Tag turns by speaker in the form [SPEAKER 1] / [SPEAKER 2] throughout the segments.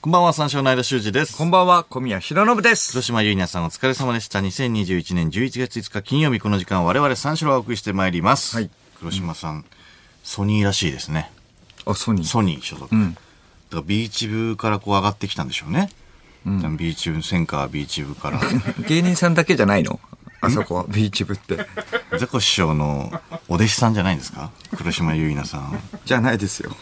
[SPEAKER 1] こんばんは、三章の間修二です。
[SPEAKER 2] こんばんは、小宮弘信です。
[SPEAKER 1] 広島ゆいなさんお疲れ様でした。2021年11月5日金曜日この時間我々三章をお送りしてまいります。
[SPEAKER 2] はい
[SPEAKER 1] 黒島さん、ソニーらしいですね。
[SPEAKER 2] あ、ソニー。
[SPEAKER 1] ソニー所属。だからビーチ部からこう上がってきたんでしょうね。ビーチ部、センカービーチ部から。
[SPEAKER 2] 芸人さんだけじゃないのあそこ、ビーチ部って。
[SPEAKER 1] ザコ師匠のお弟子さんじゃないんですか黒島ゆいなさん。
[SPEAKER 2] じゃないですよ。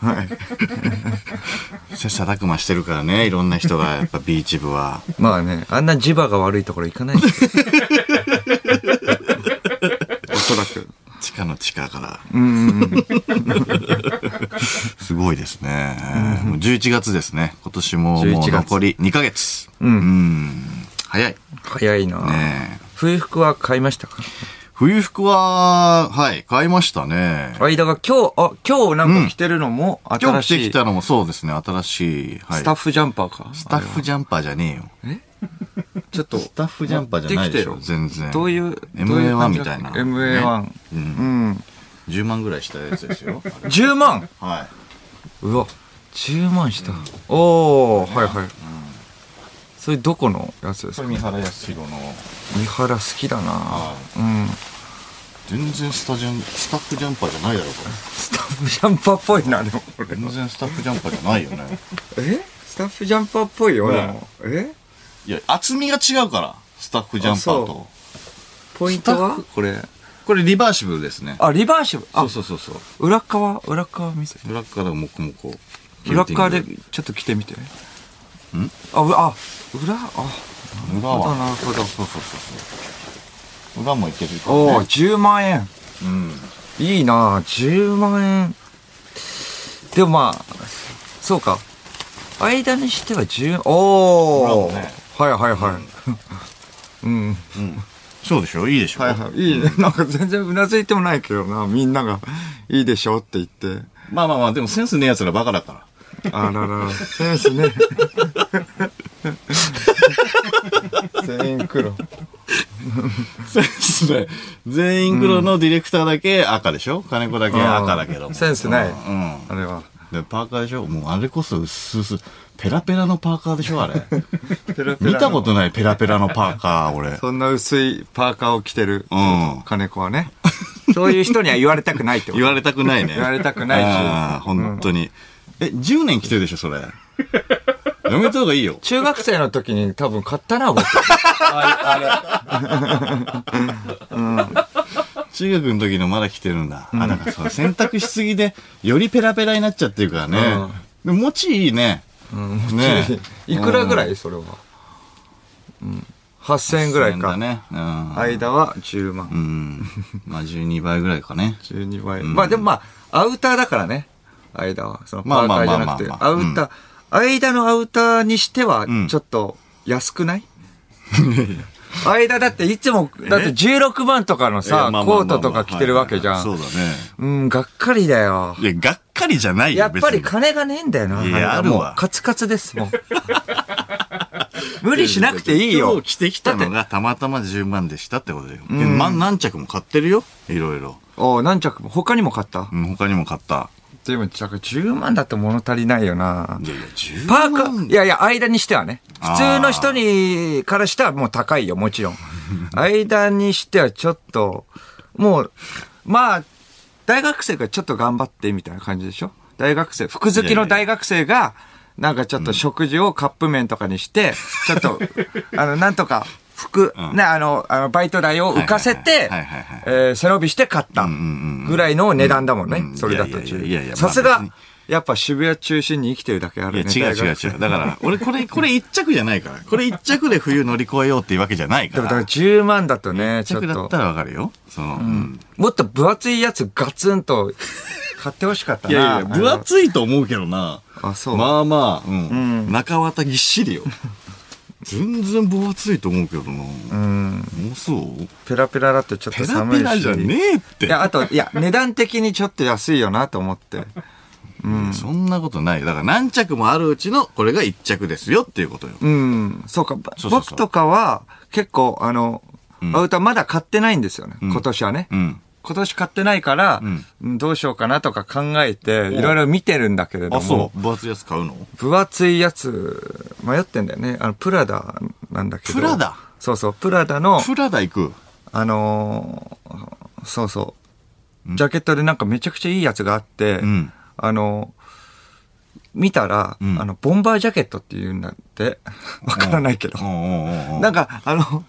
[SPEAKER 2] はい。
[SPEAKER 1] 切磋琢磨してるからね、いろんな人がやっぱビーチ部は。
[SPEAKER 2] まあね、あんな磁場が悪いところ行かな いですよおそらく。
[SPEAKER 1] 地下の地下から。
[SPEAKER 2] うんうんうん。
[SPEAKER 1] すごいですね。もう11月ですね。今年も
[SPEAKER 2] 11
[SPEAKER 1] もう
[SPEAKER 2] 月
[SPEAKER 1] 残り2ヶ月。
[SPEAKER 2] ん
[SPEAKER 1] うん早い。
[SPEAKER 2] 早いな、
[SPEAKER 1] ねえ
[SPEAKER 2] 冬服は買いましたか
[SPEAKER 1] 冬服は、はい、買いましたね。
[SPEAKER 2] 間が今日、あ、今日なんか着てるのも
[SPEAKER 1] 今
[SPEAKER 2] 新
[SPEAKER 1] 日着
[SPEAKER 2] しい、
[SPEAKER 1] てきたのもそうですね、新しい。はい、
[SPEAKER 2] スタッフジャンパーか。
[SPEAKER 1] スタッフジャンパーじゃねえよ。
[SPEAKER 2] ちょっと。
[SPEAKER 1] スタッフジャンパーじゃないでしょ、
[SPEAKER 2] 持ってきてよ
[SPEAKER 1] 全然。
[SPEAKER 2] どういう、どういう
[SPEAKER 1] MA1
[SPEAKER 2] 感じ
[SPEAKER 1] み
[SPEAKER 2] だったた
[SPEAKER 1] いな。
[SPEAKER 2] MA1
[SPEAKER 1] ね。うん。
[SPEAKER 2] うん。
[SPEAKER 1] 10万ぐらいしたやつですよ。
[SPEAKER 2] 10万
[SPEAKER 1] は
[SPEAKER 2] うわ10万した、おおはいはい、それどこのやつで
[SPEAKER 1] い。
[SPEAKER 2] す
[SPEAKER 1] こ
[SPEAKER 2] か
[SPEAKER 1] れ三原康弘の、
[SPEAKER 2] 三原好きだな
[SPEAKER 1] はい
[SPEAKER 2] うん
[SPEAKER 1] 全然スタジャン、スタッフジャンパーじゃないだろ、こ
[SPEAKER 2] スタッフジャンパーっぽいなでもこ
[SPEAKER 1] れ。
[SPEAKER 2] れ
[SPEAKER 1] 全然スタッフジャンパーじゃないよね。
[SPEAKER 2] えスタッフジャンパーっぽいよ、
[SPEAKER 1] ね
[SPEAKER 2] でもえ
[SPEAKER 1] いや、厚みが違うから、スタッフジャンパー
[SPEAKER 2] あ
[SPEAKER 1] と
[SPEAKER 2] そ。ポイント
[SPEAKER 1] スタッ
[SPEAKER 2] は
[SPEAKER 1] フ
[SPEAKER 2] これ
[SPEAKER 1] これリバーシブルですね。
[SPEAKER 2] あリバーシブル
[SPEAKER 1] そ
[SPEAKER 2] あ
[SPEAKER 1] うそうそうそう。
[SPEAKER 2] 裏側裏側見せて
[SPEAKER 1] 裏っからもこもこ。
[SPEAKER 2] 裏側で
[SPEAKER 1] キルテ
[SPEAKER 2] ちょっと着てみてんあうあ裏あ
[SPEAKER 1] ィング裏
[SPEAKER 2] なるほど
[SPEAKER 1] は。
[SPEAKER 2] なるほど
[SPEAKER 1] そうそうそうそう。裏もいけるから、ね。
[SPEAKER 2] おお10万円
[SPEAKER 1] うん。
[SPEAKER 2] いいなあ10万円。でもまあ、そうか。間にしては10、お
[SPEAKER 1] ほ
[SPEAKER 2] お、
[SPEAKER 1] らね
[SPEAKER 2] はいはいはい。うん。
[SPEAKER 1] そうでしょいいでしょ
[SPEAKER 2] はいはい。いいね。なんか全然うなずいてもないけどな。みんなが、いいでしょって言って。
[SPEAKER 1] まあまあまあ、でもセンスねえ奴らバカだから。
[SPEAKER 2] あらら、センスね。全員黒。
[SPEAKER 1] センスね。全員黒のディレクターだけ赤でしょ金子だけ赤だけども。
[SPEAKER 2] センスない
[SPEAKER 1] うん。
[SPEAKER 2] あれは。
[SPEAKER 1] で、パーカーでしょもうあれこそ薄々。ペラペラのパーカーでしょあれ。
[SPEAKER 2] ペラペラの
[SPEAKER 1] 見たことないペラペラのパーカー、俺。
[SPEAKER 2] そんな薄いパーカーを着てる、
[SPEAKER 1] うん
[SPEAKER 2] 金子はね。そういう人には言われたくないってこと
[SPEAKER 1] 言われたくないね。
[SPEAKER 2] 言われたくないし
[SPEAKER 1] ああ、本当に。え、10年来てるでしょ、それ。やめた方がいいよ。
[SPEAKER 2] 中学生の時に多分買ったな、僕。
[SPEAKER 1] 中学の時のまだ来てるんだ。あ、だからそう、選択しすぎで、よりペラペラになっちゃってるからね。でも、持ちいいね。ね
[SPEAKER 2] いくらぐらいそれは。うん。8000円ぐらい
[SPEAKER 1] 1000だ
[SPEAKER 2] か。
[SPEAKER 1] ね。うん。
[SPEAKER 2] 間は10
[SPEAKER 1] う
[SPEAKER 2] 万。
[SPEAKER 1] ん。まあ、12倍ぐらいかね。
[SPEAKER 2] 12倍。まあでもまあ、アウターだからね。間は。その
[SPEAKER 1] ま
[SPEAKER 2] パ
[SPEAKER 1] あま
[SPEAKER 2] ーカ
[SPEAKER 1] あ
[SPEAKER 2] ー
[SPEAKER 1] ま
[SPEAKER 2] じ
[SPEAKER 1] あ
[SPEAKER 2] ゃ
[SPEAKER 1] まあ
[SPEAKER 2] なくて。
[SPEAKER 1] まあ
[SPEAKER 2] アウター、間のアウターにしては
[SPEAKER 1] ん、
[SPEAKER 2] ちょっと安くない、間だっていつも、だって16万とか
[SPEAKER 1] い
[SPEAKER 2] の
[SPEAKER 1] や
[SPEAKER 2] さ、
[SPEAKER 1] まあまあまあ
[SPEAKER 2] コートとか着てるわけじゃ。
[SPEAKER 1] そうんだね。
[SPEAKER 2] うん、がっかりだよ。
[SPEAKER 1] いや、がっかりじゃないよ、
[SPEAKER 2] やっぱ
[SPEAKER 1] 別
[SPEAKER 2] り
[SPEAKER 1] に
[SPEAKER 2] 金がねえんだよな。
[SPEAKER 1] いや
[SPEAKER 2] 金が
[SPEAKER 1] あるわ
[SPEAKER 2] もうカツカツです、もう。 無理しなくていい
[SPEAKER 1] 今
[SPEAKER 2] よ
[SPEAKER 1] 日。着てきたのがたまたま10万でしたってことだよ。でま、何着も買ってるよ。いろいろ。
[SPEAKER 2] おう何着も、他にも買った。
[SPEAKER 1] うん、他にも買った。
[SPEAKER 2] でも、だから10万だと物足りないよな。
[SPEAKER 1] いやいや、10
[SPEAKER 2] パー
[SPEAKER 1] 万
[SPEAKER 2] カー、いやいや、間にしてはね。
[SPEAKER 1] あー
[SPEAKER 2] 普通の人に、からしたらもう高いよ、もちろん。間にしてはちょっと、もう、まあ、大学生がちょっと頑張ってみたいな感じでしょ大学生、服好きの大学生が、なんかちょっと食事をカップ麺とかにして、ちょっ と、あの、なんとか、服、
[SPEAKER 1] うん
[SPEAKER 2] ね、あの、あの、バイト代を浮かせて
[SPEAKER 1] はいはいはいはい、
[SPEAKER 2] えー背伸びして買った
[SPEAKER 1] んうんうん
[SPEAKER 2] ぐらいの値段だもん
[SPEAKER 1] うんう
[SPEAKER 2] ね。
[SPEAKER 1] ん
[SPEAKER 2] それだ
[SPEAKER 1] いや
[SPEAKER 2] と
[SPEAKER 1] いやいやいやいや。
[SPEAKER 2] さす
[SPEAKER 1] まあ
[SPEAKER 2] が
[SPEAKER 1] 別に、
[SPEAKER 2] やっぱ渋谷中心に生きてるだけあ
[SPEAKER 1] い
[SPEAKER 2] る
[SPEAKER 1] や、
[SPEAKER 2] ね。
[SPEAKER 1] 違う
[SPEAKER 2] 大学
[SPEAKER 1] 違う違う。だから、俺これ、これ一着じゃないから。これ一着で冬乗り越えようっていうわけじゃない
[SPEAKER 2] で
[SPEAKER 1] か
[SPEAKER 2] もだから
[SPEAKER 1] ら。
[SPEAKER 2] 10万だとね、
[SPEAKER 1] 一
[SPEAKER 2] ちょっ
[SPEAKER 1] 着だ
[SPEAKER 2] と
[SPEAKER 1] っ。たらわかるよ。その、うん
[SPEAKER 2] もっと分厚いやつガツンと買ってほしかったな。
[SPEAKER 1] いやいや、分厚いと思うけどな。
[SPEAKER 2] あそう
[SPEAKER 1] まあまあ、うん
[SPEAKER 2] う
[SPEAKER 1] 中綿ぎっしりよ。全然分厚いと思うけどな。
[SPEAKER 2] い。うん。
[SPEAKER 1] もうそう
[SPEAKER 2] ペラペラだってちょっ
[SPEAKER 1] ペ
[SPEAKER 2] と
[SPEAKER 1] ラ
[SPEAKER 2] 寒いし。
[SPEAKER 1] ペラじゃねえって。
[SPEAKER 2] いや、あと、いや、値段的にちょっと安いよなと思って。
[SPEAKER 1] そんなことないよ。だから何着もあるうちのこれが一着ですよっていうことよ。
[SPEAKER 2] うん。そうか。
[SPEAKER 1] そうそうそう
[SPEAKER 2] 僕とかは、結構、あの、アウターまだ買ってないんですよね。
[SPEAKER 1] ん
[SPEAKER 2] 今年はね。
[SPEAKER 1] うん。
[SPEAKER 2] 今年買ってないから、うんどうしようかなとか考えて、いろいろ見てるんだけれど
[SPEAKER 1] あ、
[SPEAKER 2] も
[SPEAKER 1] そ、う。分厚いやつ買うの
[SPEAKER 2] 分厚いやつ、迷ってんだよね。あの、プラダなんだけど。
[SPEAKER 1] プラダ
[SPEAKER 2] そうそう、プラダの、
[SPEAKER 1] プラダ行く。
[SPEAKER 2] あのーそうそう、ジャケットでなんかめちゃくちゃいいやつがあって、
[SPEAKER 1] ん
[SPEAKER 2] あのー見たら、
[SPEAKER 1] ん
[SPEAKER 2] あの、ボンバージャケットっていうんだって、 わからないけど
[SPEAKER 1] おう。おうおうおう
[SPEAKER 2] なんか、あの、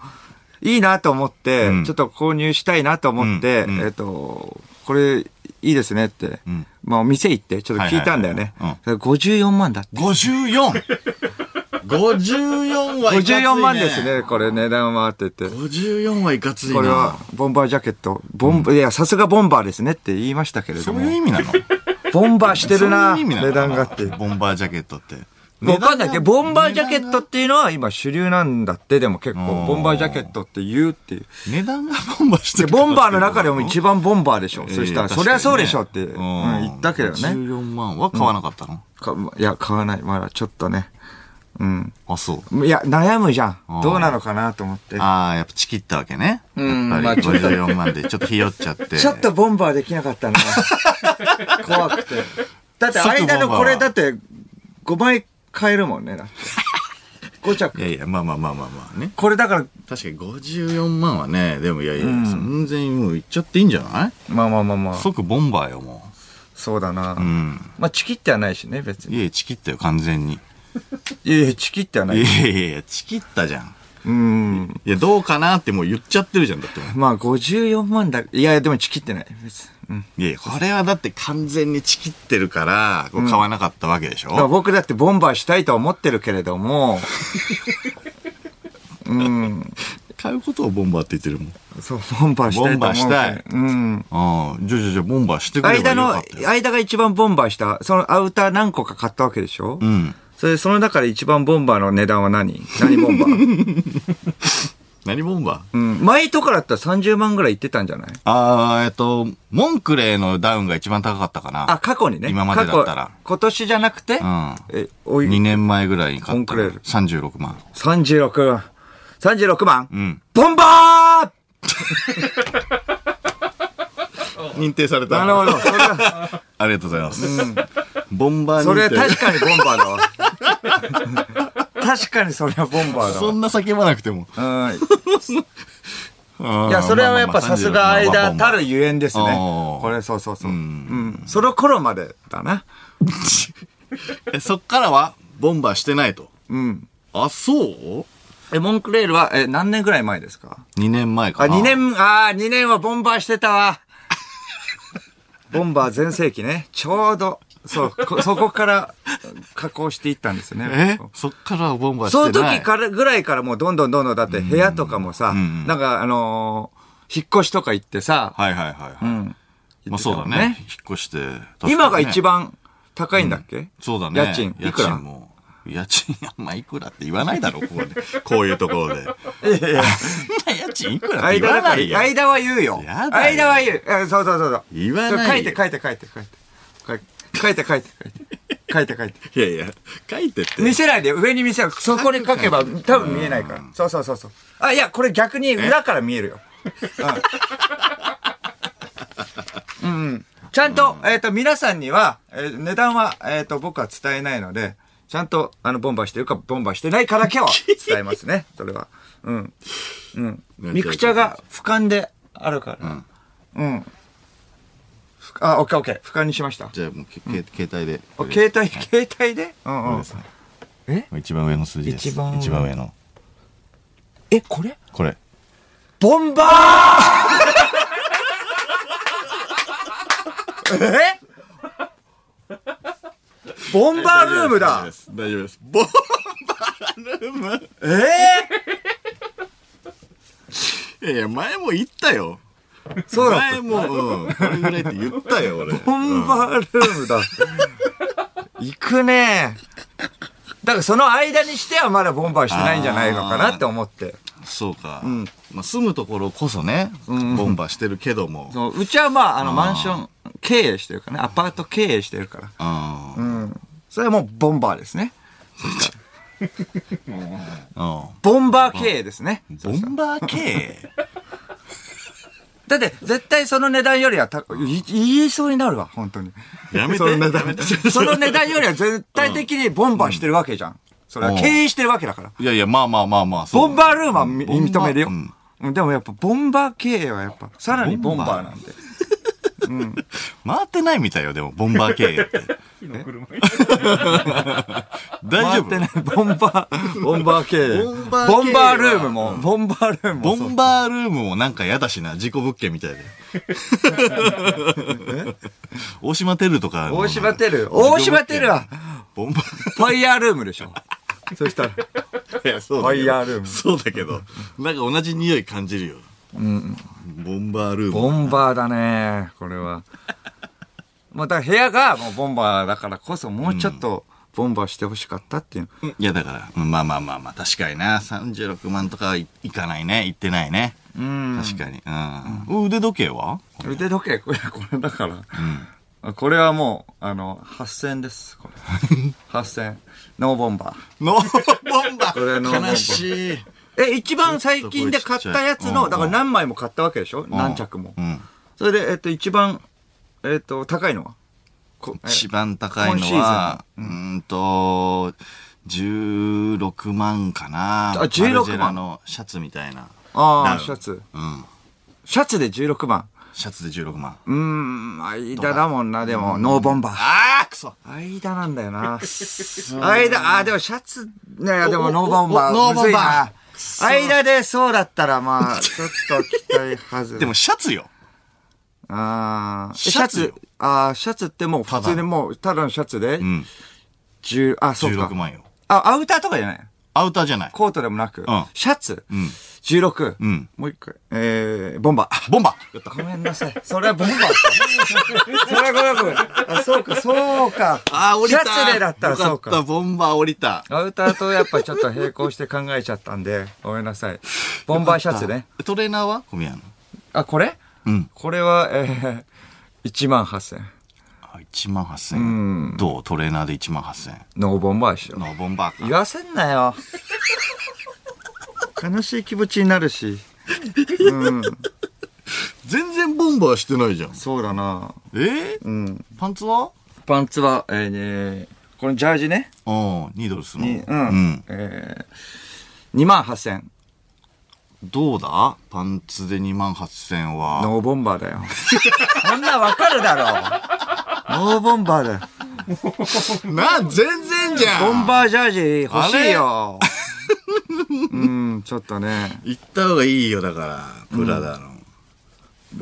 [SPEAKER 2] いいなと思って、
[SPEAKER 1] うん
[SPEAKER 2] ちょっと購入したいなと思って、
[SPEAKER 1] うんうん
[SPEAKER 2] えっ、と、これ、いいですねって、
[SPEAKER 1] ん
[SPEAKER 2] まあ、店行って、ちょっと聞いたんだよね。
[SPEAKER 1] はいはい
[SPEAKER 2] 54万だって。
[SPEAKER 1] 54!54 はいかついね
[SPEAKER 2] 54万ですね、これ値段は当てて。
[SPEAKER 1] 54はいかついな
[SPEAKER 2] これは、ボンバージャケット。ボン、いや、さすがボンバーですねって言いましたけれど
[SPEAKER 1] そう
[SPEAKER 2] も
[SPEAKER 1] い。う意味なの
[SPEAKER 2] ボンバーしてるな、
[SPEAKER 1] そういう意味
[SPEAKER 2] 値段がって。
[SPEAKER 1] ボンバージャケットって
[SPEAKER 2] わかんないけど、ボンバージャケットっていうのは今主流なんだって、でも結
[SPEAKER 1] う
[SPEAKER 2] 構、
[SPEAKER 1] ん
[SPEAKER 2] ボンバージャケットって言うっ ていう。
[SPEAKER 1] 値段がボンバーして
[SPEAKER 2] で、
[SPEAKER 1] る
[SPEAKER 2] ボンバーの中でも一
[SPEAKER 1] 番
[SPEAKER 2] 番ボンバーでしょ。そしたら、そりゃそうでしょって、うん言ったけどね。
[SPEAKER 1] 14万は買わなかったの、
[SPEAKER 2] かいや、買わない。まだちょっとね。うん。
[SPEAKER 1] あそう
[SPEAKER 2] いや、悩むじゃ
[SPEAKER 1] うん
[SPEAKER 2] ん。どうなのかなと思って。
[SPEAKER 1] ああやっぱチキったわけね
[SPEAKER 2] うん
[SPEAKER 1] やっ
[SPEAKER 2] ま
[SPEAKER 1] ぱ
[SPEAKER 2] あ
[SPEAKER 1] り
[SPEAKER 2] ちょっと
[SPEAKER 1] 54万でちょっとひよっちゃって
[SPEAKER 2] ちょっとボンバーできな かったな。怖くて。だって、間のこれだって、5枚買えるもんね、だって。5
[SPEAKER 1] い
[SPEAKER 2] 着。
[SPEAKER 1] やいやまあまあまあまあまあね
[SPEAKER 2] これだから、
[SPEAKER 1] 確かに54万はねでもいやいや、全然もういっちゃっていいんじゃない
[SPEAKER 2] まあまあまあまあ、
[SPEAKER 1] 即ボンバーよも
[SPEAKER 2] そうだな。
[SPEAKER 1] ううん
[SPEAKER 2] まあ、チキってはないしね、別に。
[SPEAKER 1] いやいやチキったよ完全に
[SPEAKER 2] いやいや、チキってはないい。
[SPEAKER 1] やいやいやチキったじゃん
[SPEAKER 2] うん。
[SPEAKER 1] いやどうかなってもう言っちゃってるじゃんだってもう
[SPEAKER 2] まあ、54万だ。いや、でもチキってない。別に。うん。
[SPEAKER 1] いやいや、これはだって完全にチキってるから、こう買わなかったわけでし
[SPEAKER 2] だから
[SPEAKER 1] ょ、
[SPEAKER 2] 僕だってボンバーしたいとは思ってるけれ ども、うん。
[SPEAKER 1] 買うことをボンバーって言ってるもん。
[SPEAKER 2] そう、ボンバーしたいと思う。
[SPEAKER 1] ボンバーしたい
[SPEAKER 2] うん。
[SPEAKER 1] ああ、じゃあじゃあじゃあボンバーしてくれば
[SPEAKER 2] 間
[SPEAKER 1] よか
[SPEAKER 2] の
[SPEAKER 1] った、よ。
[SPEAKER 2] 間が一番ボンバーした、そのアウター何個か買ったわけでしょ
[SPEAKER 1] うん。
[SPEAKER 2] それ、その中で一番ボンバーの値段は何何ボンバ ー
[SPEAKER 1] 何ボンバー
[SPEAKER 2] うん。前とかだったら30万ぐらいいってたんじゃない
[SPEAKER 1] ああ、えっと、モンクレーのダウンが一番高かったかな。
[SPEAKER 2] あ、過去にね。
[SPEAKER 1] 今までだったら
[SPEAKER 2] 過去今年じゃなくて、
[SPEAKER 1] う
[SPEAKER 2] え、お
[SPEAKER 1] ん。2
[SPEAKER 2] い、
[SPEAKER 1] 年前ぐらいに買ったの。
[SPEAKER 2] モンクレ
[SPEAKER 1] 36万。
[SPEAKER 2] 36、36万、
[SPEAKER 1] うん。
[SPEAKER 2] ボンバー
[SPEAKER 1] 認定され
[SPEAKER 2] な
[SPEAKER 1] た。
[SPEAKER 2] るほ
[SPEAKER 1] あ
[SPEAKER 2] ど。 それは
[SPEAKER 1] りがとうございます。ボンバー認定。
[SPEAKER 2] それは確かにボンバーだわ。確かにそれはボンバー だ
[SPEAKER 1] そ
[SPEAKER 2] わ。
[SPEAKER 1] んな叫ばなくても。
[SPEAKER 2] うん
[SPEAKER 1] い
[SPEAKER 2] いや、それはやっぱさすが間たる。ゆえんですね。
[SPEAKER 1] おー
[SPEAKER 2] これ、そうそうそう。
[SPEAKER 1] う
[SPEAKER 2] うんん。その頃までだな。
[SPEAKER 1] えそっからは、ボンバーしてないと。
[SPEAKER 2] うん。
[SPEAKER 1] あ、そう
[SPEAKER 2] え、モンクレールは、え、何年ぐらい前ですか
[SPEAKER 1] ?2 年前
[SPEAKER 2] あ、
[SPEAKER 1] かな。
[SPEAKER 2] 2年、あー、2年はボンバーして たわ。ボンバー全盛期ね。ちょうど、そう、 こそこから加工していったんです
[SPEAKER 1] え
[SPEAKER 2] ね。
[SPEAKER 1] そっからはボンバーして
[SPEAKER 2] そ
[SPEAKER 1] な
[SPEAKER 2] の
[SPEAKER 1] い
[SPEAKER 2] 時からぐらいからもうどんどんどんどんだって部屋とかもさ、
[SPEAKER 1] ん
[SPEAKER 2] なんかあのー引っ越しとか行ってさ、
[SPEAKER 1] はいはいはいはい。
[SPEAKER 2] うん。
[SPEAKER 1] まあそうだね。引っ越して、
[SPEAKER 2] 今が一
[SPEAKER 1] 番。
[SPEAKER 2] 番高いんだっけ、
[SPEAKER 1] そうだね。
[SPEAKER 2] 家賃
[SPEAKER 1] 家
[SPEAKER 2] いくら
[SPEAKER 1] 賃も。家賃、あんまいくらって言わないだろ、ここで。 こういうところで。
[SPEAKER 2] いやいや、
[SPEAKER 1] 家賃いくらって言わ
[SPEAKER 2] 間だか
[SPEAKER 1] な
[SPEAKER 2] ら、
[SPEAKER 1] いよ。
[SPEAKER 2] 間は言うよ。
[SPEAKER 1] やだよ
[SPEAKER 2] 間は言う。あそうそうそうそう。
[SPEAKER 1] 言わないよ
[SPEAKER 2] 書いて書いて書いて書いて。書いて書いて書いて書いて。書いて書いて。
[SPEAKER 1] いやいや、書いてって。
[SPEAKER 2] 見せないで、上に見せよう。そこに書けば多分見えないから。そうそうそうそう。あ、いや、これ逆に裏から見えるよ。うん。うん。ちゃんと、えっ、と、皆さんには、えー値段は、えっ、と、僕は伝えないので、ちゃんと、あの、ボンバーしてるか、ボンバーしてないかだけ は伝えますね。それは。うん。うん。
[SPEAKER 1] ね
[SPEAKER 2] ミクチャが俯瞰であるから。うん。ふあ、オッケーオッケー。俯瞰にしました。
[SPEAKER 1] じゃあもうけ、け携帯で。
[SPEAKER 2] お携帯、携帯でうん
[SPEAKER 1] こ
[SPEAKER 2] う
[SPEAKER 1] れ
[SPEAKER 2] ん
[SPEAKER 1] で。すね
[SPEAKER 2] え
[SPEAKER 1] 一番上の数字です。
[SPEAKER 2] 一番上
[SPEAKER 1] 一番上の。
[SPEAKER 2] え、これ
[SPEAKER 1] これ。
[SPEAKER 2] ボンバー えボンバールームだ
[SPEAKER 1] 大丈夫です。ボンバールーム
[SPEAKER 2] え
[SPEAKER 1] いやいや、前も言ったよ。
[SPEAKER 2] ー、そうだ
[SPEAKER 1] 前も、うん、これぐらいって言ったよ、俺。
[SPEAKER 2] ボンバールームだ。行くねだからその間にしてはまだボンバーしてないんじゃないのかなって思って。
[SPEAKER 1] そうか、まあ、住むところこそね、ボンバーしてるけども、
[SPEAKER 2] そううちはまあ、あの、マンション経営してるからね。アパート経営してるから。
[SPEAKER 1] あ
[SPEAKER 2] う
[SPEAKER 1] ー
[SPEAKER 2] ん。それはもうボンバーですね。
[SPEAKER 1] あ
[SPEAKER 2] ボンバー経営ですね。
[SPEAKER 1] ーボンバー系
[SPEAKER 2] だって、絶対その値段よりは高い、い言いそうになるわ、本当に。
[SPEAKER 1] やめて
[SPEAKER 2] その値
[SPEAKER 1] やめて
[SPEAKER 2] 段、その値段よりは絶対的にボンバーしてるわけじゃん。それは経営してるわけだから。
[SPEAKER 1] いやいや、まあまあまあまあ、そう
[SPEAKER 2] ボンバールームはみ
[SPEAKER 1] ボンバー
[SPEAKER 2] 認めるよ
[SPEAKER 1] う。
[SPEAKER 2] でもやっぱ、ボンバー経営はやっぱ、さらにボンバーなんで。
[SPEAKER 1] 回ってないみたいよ、でも、ボンバー経 営って。大丈夫
[SPEAKER 2] 回ってない、ボンバー、ボンバー経営。
[SPEAKER 1] ボンバー経営は
[SPEAKER 2] ボンバールームも、ボンバールームも
[SPEAKER 1] ボ
[SPEAKER 2] そう。
[SPEAKER 1] ンバールームもなんか嫌だしな、事故物件みたい で。大島テルとかの。
[SPEAKER 2] 大島テル、大島テルは、
[SPEAKER 1] ボンバ
[SPEAKER 2] ファイヤールームでしょ。そしたら、フ
[SPEAKER 1] ー、いや、そうだ
[SPEAKER 2] ァ
[SPEAKER 1] けど
[SPEAKER 2] イヤールーム。
[SPEAKER 1] そうだけど、なんか同じ匂い感じるよ。ボンバールーム。
[SPEAKER 2] ボンバーだね、これは。まあ、だから部屋がもうボンバーだからこそ、もうちょっとボンバーしてほしかったっていう。
[SPEAKER 1] いや、だから、うんまあまあまあまあ、確かにな。36万とかはいいかないね。いってないね。
[SPEAKER 2] うん。
[SPEAKER 1] 確かに。うん。腕時計 は
[SPEAKER 2] 腕時計、これ、これだから。これはもう、あの、8000です、 これ。8000。ノーボンバ
[SPEAKER 1] ノーボンバ
[SPEAKER 2] これノーボンバ
[SPEAKER 1] ー
[SPEAKER 2] ー
[SPEAKER 1] 悲しい。
[SPEAKER 2] ー。え、一番最近で買ったやつ
[SPEAKER 1] ちょっとこれちっちゃ
[SPEAKER 2] の、
[SPEAKER 1] い
[SPEAKER 2] だから何枚も買ったわけでしょ
[SPEAKER 1] ん
[SPEAKER 2] 何着も
[SPEAKER 1] う。ん。
[SPEAKER 2] それで、えっと、一番、えっと、高いのはこえ
[SPEAKER 1] 一番高い
[SPEAKER 2] 今
[SPEAKER 1] の
[SPEAKER 2] シー
[SPEAKER 1] は、うーんと、16万かな。
[SPEAKER 2] あ16万
[SPEAKER 1] マルジェラのシャツみたいな。
[SPEAKER 2] あ
[SPEAKER 1] な
[SPEAKER 2] あ、
[SPEAKER 1] る
[SPEAKER 2] シャツ。
[SPEAKER 1] うん。
[SPEAKER 2] シャツで16番。
[SPEAKER 1] シャツで16万。
[SPEAKER 2] うーん、間だもんな、でも、ノーボンバー。
[SPEAKER 1] あーくそ
[SPEAKER 2] 間なんだよな。間、あ、でもシャツ、ね、でもノーボンバー。
[SPEAKER 1] おおおノーボンバー
[SPEAKER 2] むずいな
[SPEAKER 1] くそ
[SPEAKER 2] 間でそうだったら、まあ、ちょっと着たいはず。
[SPEAKER 1] でも、シャツよ。
[SPEAKER 2] あーえ
[SPEAKER 1] シ
[SPEAKER 2] シ
[SPEAKER 1] ャ
[SPEAKER 2] ャ
[SPEAKER 1] ツ
[SPEAKER 2] ツ、あーシャツってもう普通にもう、ただのシャツで
[SPEAKER 1] う、ん。
[SPEAKER 2] 十あ、そうか
[SPEAKER 1] 16。万よ。
[SPEAKER 2] あ、アウターとかじゃない
[SPEAKER 1] アウターじゃない。
[SPEAKER 2] コートでもなく
[SPEAKER 1] ん、
[SPEAKER 2] シャツ
[SPEAKER 1] ん、
[SPEAKER 2] 16
[SPEAKER 1] ん。
[SPEAKER 2] もう一回、えー、ボンバー。
[SPEAKER 1] ボンバー
[SPEAKER 2] ごめんなさい。 それはボンバー か。それはごめんごめん。あ、そうか、そうか。
[SPEAKER 1] あー、降り
[SPEAKER 2] シ
[SPEAKER 1] た
[SPEAKER 2] ャツでだったらそう
[SPEAKER 1] よか
[SPEAKER 2] か
[SPEAKER 1] っ。た、ボンバー降りた。
[SPEAKER 2] アウターとやっぱちょっと並行して考えちゃったんで、ごめんなさい。ボンバーシャツね。
[SPEAKER 1] トレーナーは小宮の。
[SPEAKER 2] あ、これ
[SPEAKER 1] うん。
[SPEAKER 2] これは、えー、1万8000。
[SPEAKER 1] あ、1万8000円。どうトレーナーで1万8000円。
[SPEAKER 2] ノーボンバーでしょ。
[SPEAKER 1] のボンバーか
[SPEAKER 2] 言。わせんなよ。悲しい気持ちになるし。
[SPEAKER 1] 全然ボンバーしてないじゃん。
[SPEAKER 2] そうだな
[SPEAKER 1] えー
[SPEAKER 2] うん。
[SPEAKER 1] パンツは
[SPEAKER 2] パンツは、えーねーこのジャージね。
[SPEAKER 1] うん、2ドルする
[SPEAKER 2] に
[SPEAKER 1] の。
[SPEAKER 2] うん。えー、2万8000。
[SPEAKER 1] どうだパンツで2万8000は。
[SPEAKER 2] ノーボンバーだよ。 そんなわかるだろう。ノーボンバーだよ。
[SPEAKER 1] な、全然じ
[SPEAKER 2] ボン
[SPEAKER 1] ー
[SPEAKER 2] バージャージ欲しいよ。うん、ちょっとね。
[SPEAKER 1] 行った方がいいよ、だから。プラダの。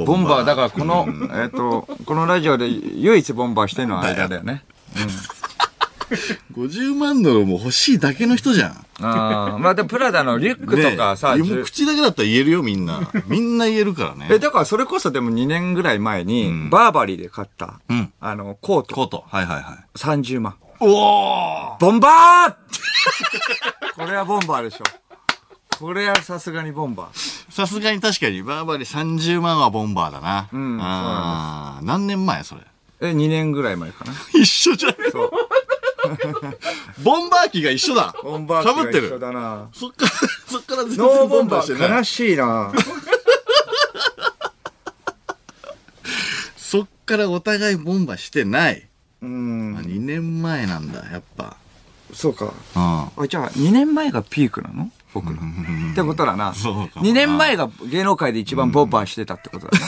[SPEAKER 2] ボンバー、だからこの、えっと、このラジオで唯一ボンバーしてるのは間だよね。
[SPEAKER 1] 50万ドルも欲しいだけの人じゃん。
[SPEAKER 2] あーまあでもプラダのリュックとかさ、
[SPEAKER 1] ねえ
[SPEAKER 2] じゅ
[SPEAKER 1] もう口だけだったら言えるよ、みん な。みんな言えるからね。
[SPEAKER 2] え、だからそれこそでも2年ぐらい前に、バーバリーで買った、
[SPEAKER 1] うん。
[SPEAKER 2] あの、コート
[SPEAKER 1] コート。はいはいはい。
[SPEAKER 2] 30万。
[SPEAKER 1] おー
[SPEAKER 2] ボンバーこれはボンバーでしょ。これはさすがにボンバー。
[SPEAKER 1] さすがに確かに、バーバリー30万はボンバーだな。
[SPEAKER 2] ん
[SPEAKER 1] あー何年前それ。
[SPEAKER 2] え、2年ぐらい前かな。
[SPEAKER 1] 一緒じゃん。
[SPEAKER 2] そう。
[SPEAKER 1] ボンバー機が一緒だ。
[SPEAKER 2] ボンバー機
[SPEAKER 1] 被って
[SPEAKER 2] が一緒
[SPEAKER 1] る。
[SPEAKER 2] だな。
[SPEAKER 1] そっから、 そっから全然
[SPEAKER 2] ノーボ
[SPEAKER 1] ボ
[SPEAKER 2] ン
[SPEAKER 1] ンバ
[SPEAKER 2] バ
[SPEAKER 1] ーして
[SPEAKER 2] ー
[SPEAKER 1] ない
[SPEAKER 2] 悲。しいな。
[SPEAKER 1] そっからお互いボンバしてない。
[SPEAKER 2] うん
[SPEAKER 1] あ、2年前なんだ、やっぱ。
[SPEAKER 2] そうか。
[SPEAKER 1] うん。
[SPEAKER 2] あじゃあ、2年前がピークなの僕の。ってことだな。
[SPEAKER 1] そうかもな
[SPEAKER 2] 2年前が芸能界で一番ボンバーしてたってことだな。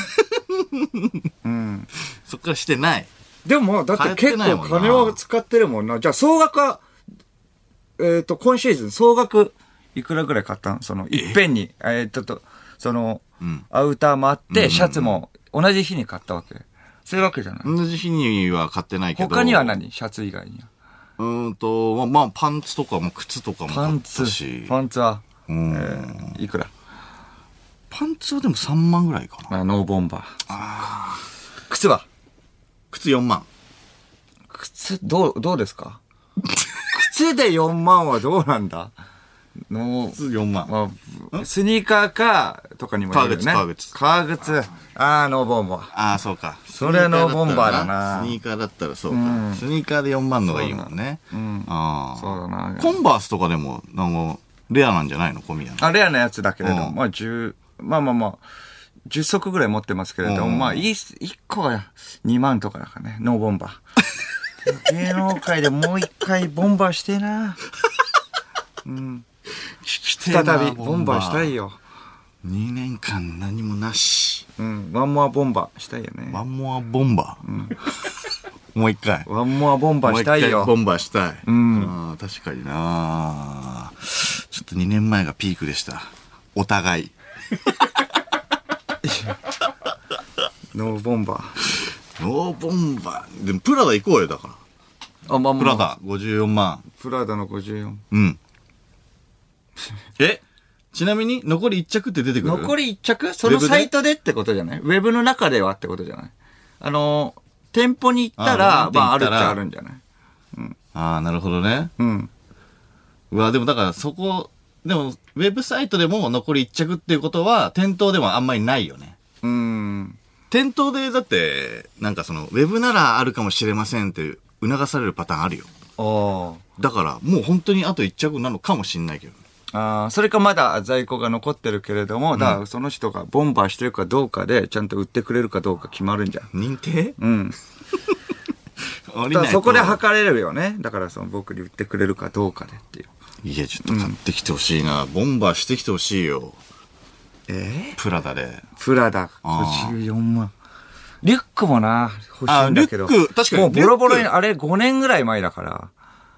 [SPEAKER 2] うん。
[SPEAKER 1] そっからしてない。
[SPEAKER 2] でも、だって結構金を使ってるもんな。じゃあ、総額は、えっ、と、今シーズン総額、いくらぐらい買ったんその、いっぺんに、えーちょっと、その、
[SPEAKER 1] ん
[SPEAKER 2] アウターもあって、シャツも同じ日に買ったわけ。そういうわけじゃない。
[SPEAKER 1] 同じ日には買ってないけど。
[SPEAKER 2] 他には何シャツ以外には。
[SPEAKER 1] うーんと、まあ、まあ、パンツとかも靴とかも
[SPEAKER 2] パ
[SPEAKER 1] 買っ
[SPEAKER 2] ンツ
[SPEAKER 1] たし。。
[SPEAKER 2] パンツは、
[SPEAKER 1] うん
[SPEAKER 2] いくら
[SPEAKER 1] パンツはでも3万ぐらいかな。
[SPEAKER 2] あノーボンバー。靴は
[SPEAKER 1] 靴4万。
[SPEAKER 2] 靴、どう、どうですか 靴で4万はどうなんだノー、
[SPEAKER 1] 靴4万。
[SPEAKER 2] まあ、スニーカーか、とかにもよるよね。
[SPEAKER 1] 革靴
[SPEAKER 2] 革靴。あー、ノーボンバー。
[SPEAKER 1] ああ、そうか。
[SPEAKER 2] それのボンバーだな
[SPEAKER 1] スニーカーだったらそうか。スニーカーで4万のがいいもんね。
[SPEAKER 2] うん。
[SPEAKER 1] あ
[SPEAKER 2] そう
[SPEAKER 1] あ。
[SPEAKER 2] だな。
[SPEAKER 1] コンバースとかでも、なんか、レアなんじゃないの小宮の。
[SPEAKER 2] あ、レアなやつだけれども、
[SPEAKER 1] うん
[SPEAKER 2] まあ、十、まあまあまあ、 10足ぐらい持ってますけれども、
[SPEAKER 1] うん
[SPEAKER 2] まあ、いい、1個が2万とかだからね、ノーボン バー。芸能界でもう一回ボンバーしてえな。 再び、ボンバーしたい
[SPEAKER 1] よ。
[SPEAKER 2] よ。
[SPEAKER 1] 2年間何もなし。
[SPEAKER 2] うん、ワンモアボンバーしたいよね。
[SPEAKER 1] ワンモアボンバー。もう一回。
[SPEAKER 2] ワンモアボンバーしたい
[SPEAKER 1] もう一回ボ
[SPEAKER 2] よ。
[SPEAKER 1] ンバーしたい。
[SPEAKER 2] ん
[SPEAKER 1] あー確かになちょっと2年前がピークでした。お互い。
[SPEAKER 2] ノーボンバー。
[SPEAKER 1] ノーボンバー。でもプラダ行こうよ、だから。
[SPEAKER 2] あ、まあ
[SPEAKER 1] プラ。ダ、54万。
[SPEAKER 2] プラダの54。
[SPEAKER 1] うん。 えちなみに、残り1着って出てくる
[SPEAKER 2] 残
[SPEAKER 1] り
[SPEAKER 2] り1着そのサイトでってことじゃないウェブの中ではってことじゃないあの、店舗に行ったら、
[SPEAKER 1] あ
[SPEAKER 2] まあ、ある
[SPEAKER 1] 店舗に行った
[SPEAKER 2] っち
[SPEAKER 1] ら
[SPEAKER 2] ゃあるんじゃない
[SPEAKER 1] ああ、なるほどね。
[SPEAKER 2] うん。
[SPEAKER 1] うわ、でもだからそこ、でも、ウェブサイトでも残り1着っていうことは、店頭でもあんまりないよね。
[SPEAKER 2] うん。
[SPEAKER 1] 店頭で、だって、なんかその、ウェブならあるかもしれませんって促されるパターンあるよ。
[SPEAKER 2] お
[SPEAKER 1] だから、もう本当にあと1着なのかもしんないけど。
[SPEAKER 2] あーそれかまだ在庫が残ってるけれども、だからその人がボンバーしてるかどうかで、ちゃんと売ってくれるかどうか決まるんじゃん。
[SPEAKER 1] 認定
[SPEAKER 2] うん。
[SPEAKER 1] 降
[SPEAKER 2] だからそこで測れるよね。だからその僕に売ってくれるかどうかでっていう。
[SPEAKER 1] いや、ちょっと買ってきてほしいな。ボンバーしてきてほしいよ。
[SPEAKER 2] え
[SPEAKER 1] プラダで。
[SPEAKER 2] プラダ、
[SPEAKER 1] あー
[SPEAKER 2] 54万。リュックもな、欲しいんだけど。
[SPEAKER 1] あリュック確かに
[SPEAKER 2] もうボロボロ
[SPEAKER 1] リ
[SPEAKER 2] に、
[SPEAKER 1] ュッ
[SPEAKER 2] あれ5年ぐらい前だから。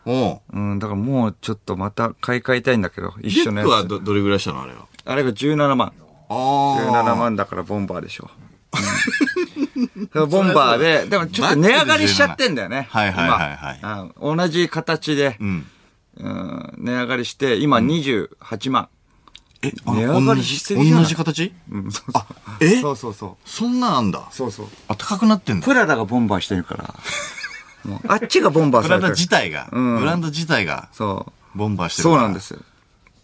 [SPEAKER 1] おう
[SPEAKER 2] うん、だからもうちょっとまた買い替えたいんだけど、一
[SPEAKER 1] リュ
[SPEAKER 2] 緒の
[SPEAKER 1] ッ
[SPEAKER 2] や
[SPEAKER 1] クは
[SPEAKER 2] つ。
[SPEAKER 1] ど、どれぐらいしたのあれは。
[SPEAKER 2] あれが17万。
[SPEAKER 1] あ
[SPEAKER 2] 17万だからボンバーでしょ。 うんボンバーで、でもちょっと値上がりしちゃってんだよね。
[SPEAKER 1] はいはいはいはい
[SPEAKER 2] 今うん同じ形で、
[SPEAKER 1] うん。
[SPEAKER 2] うん値上がりして、今28万。
[SPEAKER 1] え、
[SPEAKER 2] 値上がりしすぎじゃな
[SPEAKER 1] 同
[SPEAKER 2] い
[SPEAKER 1] じ形
[SPEAKER 2] うん、そう
[SPEAKER 1] あ、え
[SPEAKER 2] そうそうそう。
[SPEAKER 1] そんなんあんだ。
[SPEAKER 2] そうそう。
[SPEAKER 1] あ、高くなってんだ。
[SPEAKER 2] プラダがボンバーしてるから。もう あっちがボンバー
[SPEAKER 1] ブ
[SPEAKER 2] さ
[SPEAKER 1] ラ
[SPEAKER 2] れ
[SPEAKER 1] ン
[SPEAKER 2] て
[SPEAKER 1] ド
[SPEAKER 2] る。
[SPEAKER 1] 自体が、
[SPEAKER 2] うん
[SPEAKER 1] ブランド自体が、
[SPEAKER 2] そう。
[SPEAKER 1] ボンバーしてる。
[SPEAKER 2] そうなんですす。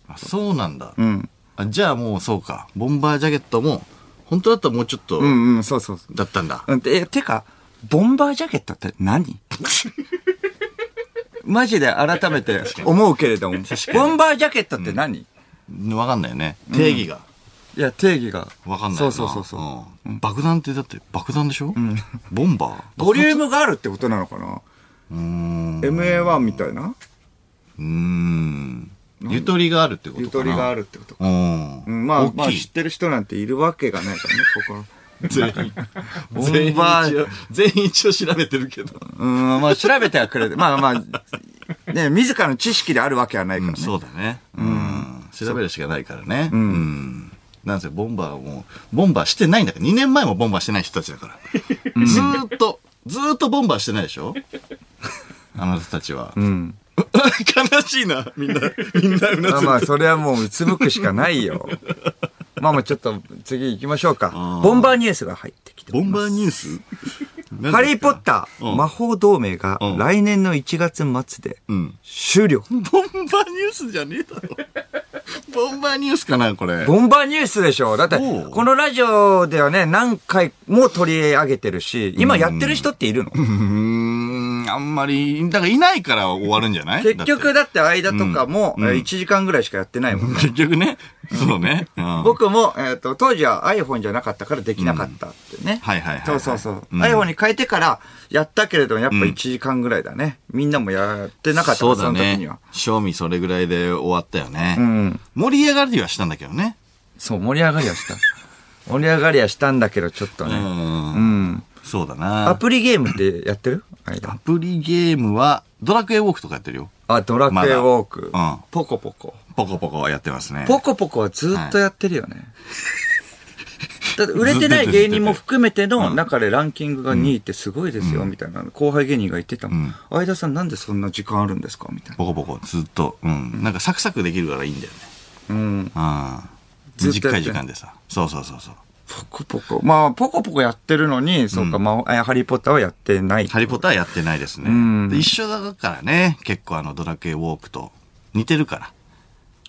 [SPEAKER 1] あそうなんだ
[SPEAKER 2] う。ん。
[SPEAKER 1] あじゃあもうそうか。ボンバージャケットも、本当だったらもうちょっと
[SPEAKER 2] う、んうん、そうそうそう。
[SPEAKER 1] だったんだ。
[SPEAKER 2] うんて、えてか、ボンバージャケットって 何マジで改めて思うけれども、ボンバージャケットって何、い
[SPEAKER 1] わかんないよね。定義が。
[SPEAKER 2] や、定義が。
[SPEAKER 1] わかんないよ
[SPEAKER 2] そ
[SPEAKER 1] な。
[SPEAKER 2] うそうそうそう。
[SPEAKER 1] うん爆弾ってだって爆弾でしょボンバー
[SPEAKER 2] ボリュームがあるってことなのかな、
[SPEAKER 1] うーん。
[SPEAKER 2] ?MA1 みたいな
[SPEAKER 1] うーん。ゆとりがあるってこと
[SPEAKER 2] ゆ
[SPEAKER 1] か
[SPEAKER 2] と
[SPEAKER 1] な
[SPEAKER 2] りがあ
[SPEAKER 1] る。
[SPEAKER 2] るってことか。
[SPEAKER 1] うん。
[SPEAKER 2] うん、まあ、ま
[SPEAKER 1] 大
[SPEAKER 2] あ
[SPEAKER 1] きい
[SPEAKER 2] 知ってる人なんているわけがないからね、ここ。
[SPEAKER 1] 全員。
[SPEAKER 2] ボンバー
[SPEAKER 1] 全員一応全員一応調べてるけど。
[SPEAKER 2] うん、まあ調べてはくれて、まあまあ、ね、自らの知識であるわけはないからね。
[SPEAKER 1] そうだね。うん。調べるしかないからね。うん。なんせ、ボンバーはもう、ボンバーしてないんだから、2年前もボンバーしてない人たちだ から。ずーっと、ずーっとボンバーしてないでし ょあなたたちは。
[SPEAKER 2] ん
[SPEAKER 1] 悲しいな、みんな、みんなうな
[SPEAKER 2] まあ
[SPEAKER 1] ずい
[SPEAKER 2] まあ、
[SPEAKER 1] て。
[SPEAKER 2] それはもううつむくしかな いよ。まあまあ、ちょっと次行きましょうか
[SPEAKER 1] あ。ー
[SPEAKER 2] ボンバーニュースが入ってきて
[SPEAKER 1] ボ
[SPEAKER 2] おり
[SPEAKER 1] ン
[SPEAKER 2] ま
[SPEAKER 1] バー
[SPEAKER 2] す。
[SPEAKER 1] ニュース
[SPEAKER 2] ハリー・ポッタ
[SPEAKER 1] う
[SPEAKER 2] ー、
[SPEAKER 1] ん
[SPEAKER 2] 魔法同盟が
[SPEAKER 1] うん
[SPEAKER 2] 来年の1月末で
[SPEAKER 1] うん。
[SPEAKER 2] 終了。
[SPEAKER 1] ボンバーニュースじゃねえだろ。 ボンバーニュースかな、これ。
[SPEAKER 2] ボンバーニュースでしょだって、
[SPEAKER 1] そう
[SPEAKER 2] このラジオではね、何回も取り上げてるし、今やってる人っているの
[SPEAKER 1] うーん、あんまり、だからいないから終わるんじゃない
[SPEAKER 2] 結局
[SPEAKER 1] だ
[SPEAKER 2] だって間とかも、
[SPEAKER 1] うんうん
[SPEAKER 2] 1時間ぐらいしかやってないもん
[SPEAKER 1] って。結局ね。そうね。うん
[SPEAKER 2] 僕も、えっ、と、当時は iPhone じゃなかったからできなかったってね。
[SPEAKER 1] はいはいはいはい
[SPEAKER 2] そうそうそう。
[SPEAKER 1] うん
[SPEAKER 2] iPhone に変えてからやったけれども、やっぱ1時間ぐらいだね。みんなもやってなかったか
[SPEAKER 1] そ
[SPEAKER 2] ら
[SPEAKER 1] うだ
[SPEAKER 2] その時に
[SPEAKER 1] ね
[SPEAKER 2] は。。
[SPEAKER 1] 賞味それぐらいで終わったよね。
[SPEAKER 2] うん。
[SPEAKER 1] 盛り上がりはしたんだけどね。
[SPEAKER 2] そう、盛り上がりはした。盛り上がりはしたんだけど、ちょっと
[SPEAKER 1] う
[SPEAKER 2] ね。うん。
[SPEAKER 1] ん。そうだな。
[SPEAKER 2] アプリゲームってやってる
[SPEAKER 1] ア
[SPEAKER 2] 間。
[SPEAKER 1] プリゲームは、ドラクエウォークとかやってるよ。
[SPEAKER 2] あ、ドラクエウ
[SPEAKER 1] まだ
[SPEAKER 2] ォーク。
[SPEAKER 1] うん
[SPEAKER 2] ポコポコ。
[SPEAKER 1] ポコポコやってますね。
[SPEAKER 2] ポコポコはずっとやってるよね。だって売れてない芸人も含めての中でランキングが2位ってすごいですよ、みたいな。後輩芸人が言ってたもん。相田さんなんでそんな時間あるんですかみたいな。
[SPEAKER 1] ポコポコ、ずっと。うん。なんかサクサクできるからいいんだよね。
[SPEAKER 2] うん。
[SPEAKER 1] ああ。
[SPEAKER 2] ずっとや
[SPEAKER 1] 短
[SPEAKER 2] って
[SPEAKER 1] い時間でさ。そうそうそうそう。
[SPEAKER 2] ポコポコ。まあ、ポコポコやってるのに、そうか、まあ、ハリーポッターはやってない。
[SPEAKER 1] ハリポタはやってないですね
[SPEAKER 2] うん。
[SPEAKER 1] で一緒だからね。結構あの、ドラクエウォークと似てるか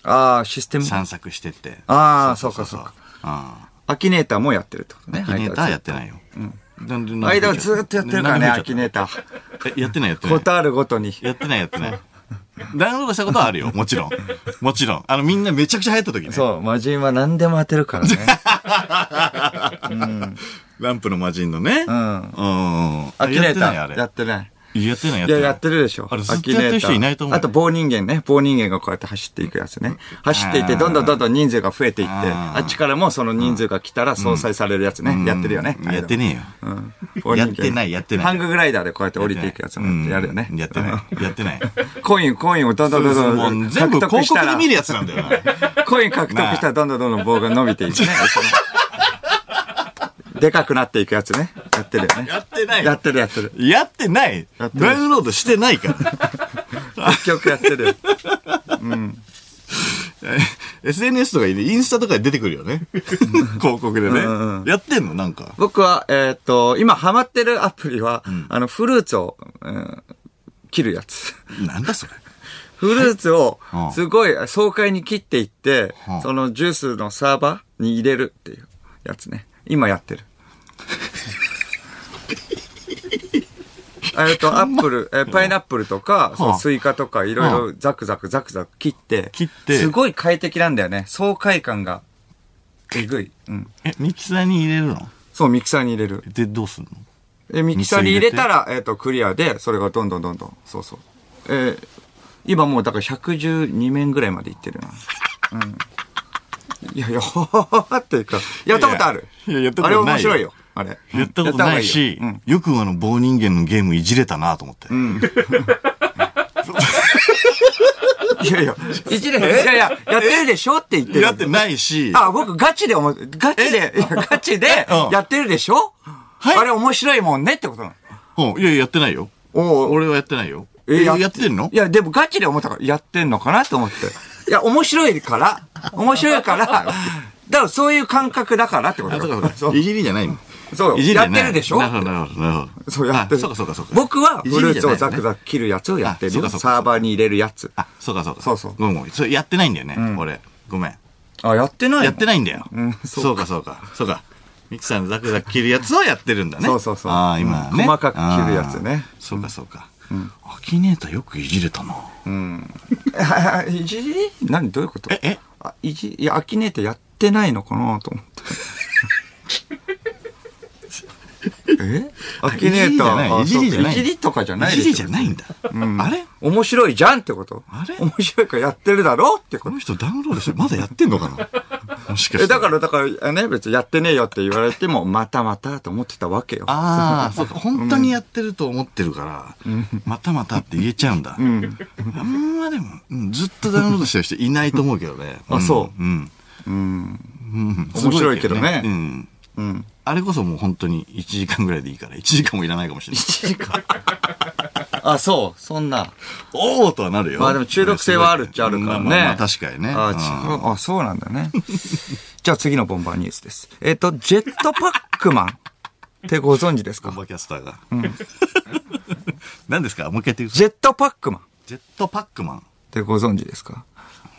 [SPEAKER 1] ら。
[SPEAKER 2] ああ、システム。
[SPEAKER 1] 散策してって。
[SPEAKER 2] ああ、そうかそうか。。
[SPEAKER 1] あ
[SPEAKER 2] アキネーターもやってるってこ
[SPEAKER 1] あ。
[SPEAKER 2] とね。
[SPEAKER 1] アキネーターやって
[SPEAKER 2] い。
[SPEAKER 1] ないよ。なんで
[SPEAKER 2] 間はずっとやってるからね、
[SPEAKER 1] なん
[SPEAKER 2] ア
[SPEAKER 1] で見ち
[SPEAKER 2] キ
[SPEAKER 1] ゃった
[SPEAKER 2] ネーター。
[SPEAKER 1] えやってないやってない
[SPEAKER 2] こ。とあるごとに。
[SPEAKER 1] やってないやってない。ダウンロードしたことはあるよ。も ちろん。もちろん。あの、みんなめちゃくちゃ流行った時ね。
[SPEAKER 2] そう、魔人は何でも当て るからね。
[SPEAKER 1] ランプの魔人のね。
[SPEAKER 2] う
[SPEAKER 1] うん
[SPEAKER 2] ん。
[SPEAKER 1] うん。
[SPEAKER 2] アキレータ
[SPEAKER 1] やってない、
[SPEAKER 2] ー。や
[SPEAKER 1] あ
[SPEAKER 2] ってない。
[SPEAKER 1] れ。やってない、やっ
[SPEAKER 2] い
[SPEAKER 1] てな
[SPEAKER 2] や、
[SPEAKER 1] い。
[SPEAKER 2] やってるでしょ。
[SPEAKER 1] あれ、ずっとやってる人いないと思う。
[SPEAKER 2] あと、棒人間ね。棒人間がこうやって走っていくやつね。走っていって、どんどんどんどん人数が増えていって、
[SPEAKER 1] あ
[SPEAKER 2] あっちからもその人数が来たら相殺されるやつね。やってるよね。
[SPEAKER 1] やってねえよ。
[SPEAKER 2] 棒人
[SPEAKER 1] や
[SPEAKER 2] 間
[SPEAKER 1] ってないやってない
[SPEAKER 2] ハンググライダーでこうやって降りていくやつもやるよね
[SPEAKER 1] う。んやってない。やってない。
[SPEAKER 2] コイン、コインをどんどんどんどん
[SPEAKER 1] もう全部
[SPEAKER 2] 獲得
[SPEAKER 1] 広
[SPEAKER 2] した
[SPEAKER 1] 告
[SPEAKER 2] ら
[SPEAKER 1] で見るやつ なんだよな。
[SPEAKER 2] コイン獲得したらどんどんどんどん棒が伸びていくね。でかくなっていくやつね。やってるよ ね。
[SPEAKER 1] やってない
[SPEAKER 2] やってるやってる。
[SPEAKER 1] やってない。
[SPEAKER 2] や
[SPEAKER 1] ダ
[SPEAKER 2] ってない
[SPEAKER 1] ウンロードしてないから。
[SPEAKER 2] 結局やってるよ。
[SPEAKER 1] SNS とかにインスタとかに出てくるよね。 広告でね
[SPEAKER 2] んう。
[SPEAKER 1] やってんのなんか。
[SPEAKER 2] 僕は、えーっと、今ハマってるアプリは、あの、フルーツを、うん切るやつ。
[SPEAKER 1] なんだそれ。
[SPEAKER 2] フルーツを
[SPEAKER 1] はいう、ん
[SPEAKER 2] すごい爽快に切っていって
[SPEAKER 1] は、い
[SPEAKER 2] そのジュースのサーバーに入れるっていうやつね。今 やってる。えっと、アップル、えーパイナップルとか、そのスイカとかいろいろザクザクザクザク切って、
[SPEAKER 1] 切って
[SPEAKER 2] すごい快適なんだよね。爽快感が、えぐい。うん。
[SPEAKER 1] え、ミキサーに入れるの
[SPEAKER 2] そう、ミキサーに入れる。
[SPEAKER 1] で、どうすんの
[SPEAKER 2] で、ミキサーに入れたら、えっ、と、クリアで、それがどんどんどんどん、そうそう。えー今もうだから112面ぐらいまでいってるな。うん。いや、いや、ほほほほっていうか、やったことある
[SPEAKER 1] いやいややったことないよ
[SPEAKER 2] あれ面白いよ、あれ。
[SPEAKER 1] やったことないし
[SPEAKER 2] やった方がいいよ、
[SPEAKER 1] よくあの、棒人間のゲームいじれたなと思って。
[SPEAKER 2] うん。いやいや、いじれへん。いやいや、やってるでしょって言ってる。
[SPEAKER 1] やってないし、
[SPEAKER 2] あ、僕ガチで思う、ガチで、いやガチで
[SPEAKER 1] うん、
[SPEAKER 2] やってるでしょ、
[SPEAKER 1] はい
[SPEAKER 2] あれ面白いもんねってことなの。
[SPEAKER 1] うんいやいや、やってないよ。
[SPEAKER 2] お
[SPEAKER 1] 俺はやってないよ。
[SPEAKER 2] え
[SPEAKER 1] え、やってんの
[SPEAKER 2] いや、でもガチで思ったから、やってんのかなと思って。いや、面白い から、面白いから、だからそういう感覚だからってこと
[SPEAKER 1] あそう
[SPEAKER 2] よ
[SPEAKER 1] かそうか。いじりじゃないの。
[SPEAKER 2] そう
[SPEAKER 1] いじりじゃない
[SPEAKER 2] やってるでしょ
[SPEAKER 1] なるほど、なるほど、なるほど。
[SPEAKER 2] そうやってる
[SPEAKER 1] あそうか、そうか、そうか。
[SPEAKER 2] 僕は、フルーツを
[SPEAKER 1] いじり
[SPEAKER 2] ザ
[SPEAKER 1] じゃない
[SPEAKER 2] ク
[SPEAKER 1] のね
[SPEAKER 2] ザク切るやつをやってる
[SPEAKER 1] あそ
[SPEAKER 2] よ。
[SPEAKER 1] うかそうかそうか
[SPEAKER 2] サーバーに入れるやつ。
[SPEAKER 1] あ、そうかそうか。
[SPEAKER 2] そうそう
[SPEAKER 1] ごめんごめん。それやってないんだよね、俺。ごめん。
[SPEAKER 2] あ、やってない
[SPEAKER 1] やって
[SPEAKER 2] ない。
[SPEAKER 1] ないんだよ。
[SPEAKER 2] ん
[SPEAKER 1] そうかそうか。そうか。ミキサーのザクザク切るやつをやってるんだね。
[SPEAKER 2] そうそうそう
[SPEAKER 1] ああ、今ね。
[SPEAKER 2] うん細かく切るやつね
[SPEAKER 1] あー。そうかそうか。アキネーターよくいじれたな。
[SPEAKER 2] あいじり何どういうこと
[SPEAKER 1] え、え
[SPEAKER 2] あ、いじ、いや、アキネーターやってないのかなと思 って。えアキネーター
[SPEAKER 1] いじりじゃない
[SPEAKER 2] あそうかいじりとかじゃない
[SPEAKER 1] い
[SPEAKER 2] でしょ
[SPEAKER 1] じりじゃないんだ。あれ
[SPEAKER 2] 面白いじゃんってこと
[SPEAKER 1] あれ
[SPEAKER 2] 面白いからやってるだろってこ
[SPEAKER 1] ことの人ダウンロードしてまだやってんのかなもしかして。
[SPEAKER 2] え、だから、だから、ね、別にやってねえよって言われても、またまたと思ってたわけよ。
[SPEAKER 1] ああ、そうか。本当にやってると思ってるから、またまたって言えちゃうんだ。あんまでも、うんずっとダウンロードしてる人いないと思うけどね。
[SPEAKER 2] あそうん
[SPEAKER 1] うん。うん。すご
[SPEAKER 2] 面白いけどね
[SPEAKER 1] うん。
[SPEAKER 2] うん。
[SPEAKER 1] あれこそもう本当に1時間ぐらいでいいから、1時間もいらないかもしれない。
[SPEAKER 2] あ、そう、そんな。
[SPEAKER 1] おおとはなるよ。
[SPEAKER 2] まあでも中毒性はあるっちゃあるか
[SPEAKER 1] まあ
[SPEAKER 2] らね。
[SPEAKER 1] まあまあ確かにね。
[SPEAKER 2] あ
[SPEAKER 1] うん
[SPEAKER 2] 違うあそうなんだね。 じゃあ次のボンバーニュースです。えっ、と、ジェットパックマンってご存知です
[SPEAKER 1] ボ
[SPEAKER 2] か
[SPEAKER 1] ンバーキャスターが。 何ですかもう一回言ってください
[SPEAKER 2] ジェットパックマンっ
[SPEAKER 1] ジェットパックマン。
[SPEAKER 2] てご存知ですか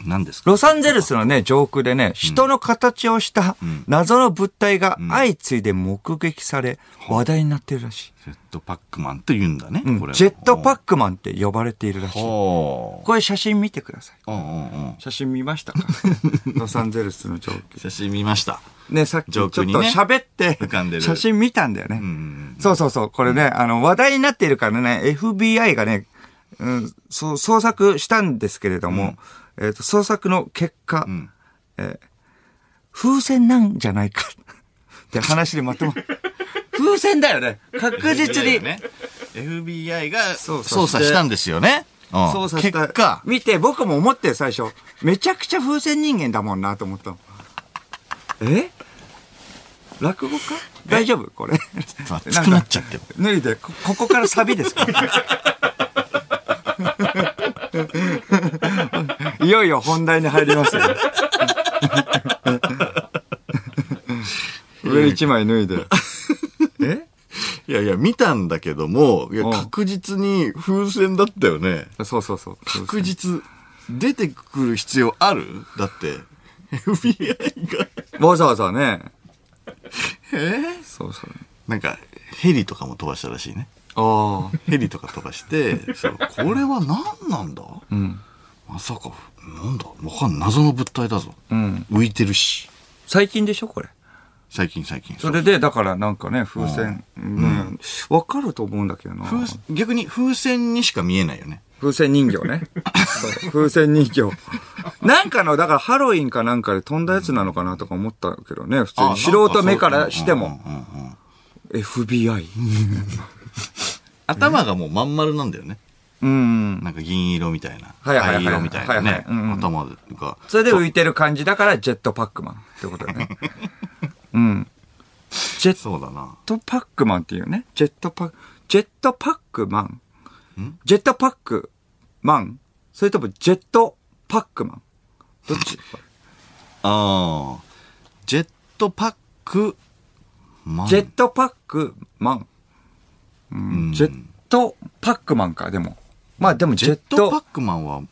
[SPEAKER 1] 何ですか
[SPEAKER 2] ロサンゼルスのね、上空でね、人の形をした謎の物体が相次いで目撃され、話題になってるらしい。
[SPEAKER 1] ジェットパックマンって言うんだね。
[SPEAKER 2] うん
[SPEAKER 1] これ
[SPEAKER 2] ジェットパックマンって呼ばれているらしい。こ
[SPEAKER 1] ほう
[SPEAKER 2] れ写真見てください。
[SPEAKER 1] うんうんうん。
[SPEAKER 2] 写真見 ましたかロサンゼルスの上空。
[SPEAKER 1] 写真見ました。
[SPEAKER 2] ね、さっきちょっ
[SPEAKER 1] 上
[SPEAKER 2] と
[SPEAKER 1] 空にね
[SPEAKER 2] 喋って
[SPEAKER 1] 浮かんで、る
[SPEAKER 2] 写真見たんだよね。
[SPEAKER 1] ん
[SPEAKER 2] そうそうそう。これね、あの、話題になっているからね、FBI がね、うん、そう、捜索したんですけれども、えっ、と、捜索の結果、
[SPEAKER 1] ん
[SPEAKER 2] えー風船なんじゃないかって話でまとま る。風船だよね。確実に。
[SPEAKER 1] ね。FBI が
[SPEAKER 2] そう
[SPEAKER 1] 捜査したんですよね。うん
[SPEAKER 2] 操作した
[SPEAKER 1] 結果、
[SPEAKER 2] 見て僕も思って最初めちゃくちゃ風船人間だもんなと思ったのえ落語か大丈夫これ
[SPEAKER 1] 熱くなっちゃってる
[SPEAKER 2] んか脱いでこここからサ ビですからいよいよ本題に入りますよ上一枚脱いでえ
[SPEAKER 1] いやいや、見たんだけども、いや
[SPEAKER 2] うん
[SPEAKER 1] 確実に風船だったよね。
[SPEAKER 2] そうそうそう
[SPEAKER 1] 確実。出てくる必要あるだって、FBI が。
[SPEAKER 2] わざわざね
[SPEAKER 1] え
[SPEAKER 2] そうそう
[SPEAKER 1] なんか、ヘリとかも飛ばしたらしいね。
[SPEAKER 2] ああ。
[SPEAKER 1] ヘリとか飛ば して、そうこれは何なんだ
[SPEAKER 2] うん。
[SPEAKER 1] まさか、なんだわかんない。謎の物体だぞ。
[SPEAKER 2] うん。
[SPEAKER 1] 浮いてるし。
[SPEAKER 2] 最近でしょこれ。
[SPEAKER 1] 最近最近。
[SPEAKER 2] それで、だからなんかね、風船。うん。わかると思うんだけどな。
[SPEAKER 1] 風逆に風船にしか見えないよね。
[SPEAKER 2] 風船人形ね。 そう風船人形。なんかの、だからハロウィンかなんかで飛んだやつなのかなとか思ったけどね、普通
[SPEAKER 1] あ
[SPEAKER 2] に。素人目からして。
[SPEAKER 1] なん
[SPEAKER 2] も。
[SPEAKER 1] そううんうんうんうん
[SPEAKER 2] FBI。
[SPEAKER 1] 頭がもうまん丸なんだよね。
[SPEAKER 2] うん。
[SPEAKER 1] なんか銀色みたいな。
[SPEAKER 2] はいはいはい
[SPEAKER 1] 灰色みたいな
[SPEAKER 2] はいはい
[SPEAKER 1] ね。
[SPEAKER 2] うんうん
[SPEAKER 1] 頭が。
[SPEAKER 2] それで浮いてる感じだから、ジェットパックマンってことだね。うん。ジェッ
[SPEAKER 1] そうだな。
[SPEAKER 2] ジェットパックマンっていうね。ジェットパック、ジェットパックマン。ジェットパックマンそれともジェットパックマンどっち
[SPEAKER 1] ああ。ジェットパック、マン
[SPEAKER 2] ジェットパックマン。う
[SPEAKER 1] うんん
[SPEAKER 2] ジェットパックマンか、でも。まあでもジ
[SPEAKER 1] ジ
[SPEAKER 2] ェ
[SPEAKER 1] ェッ
[SPEAKER 2] ット。
[SPEAKER 1] トパックマンは
[SPEAKER 2] うん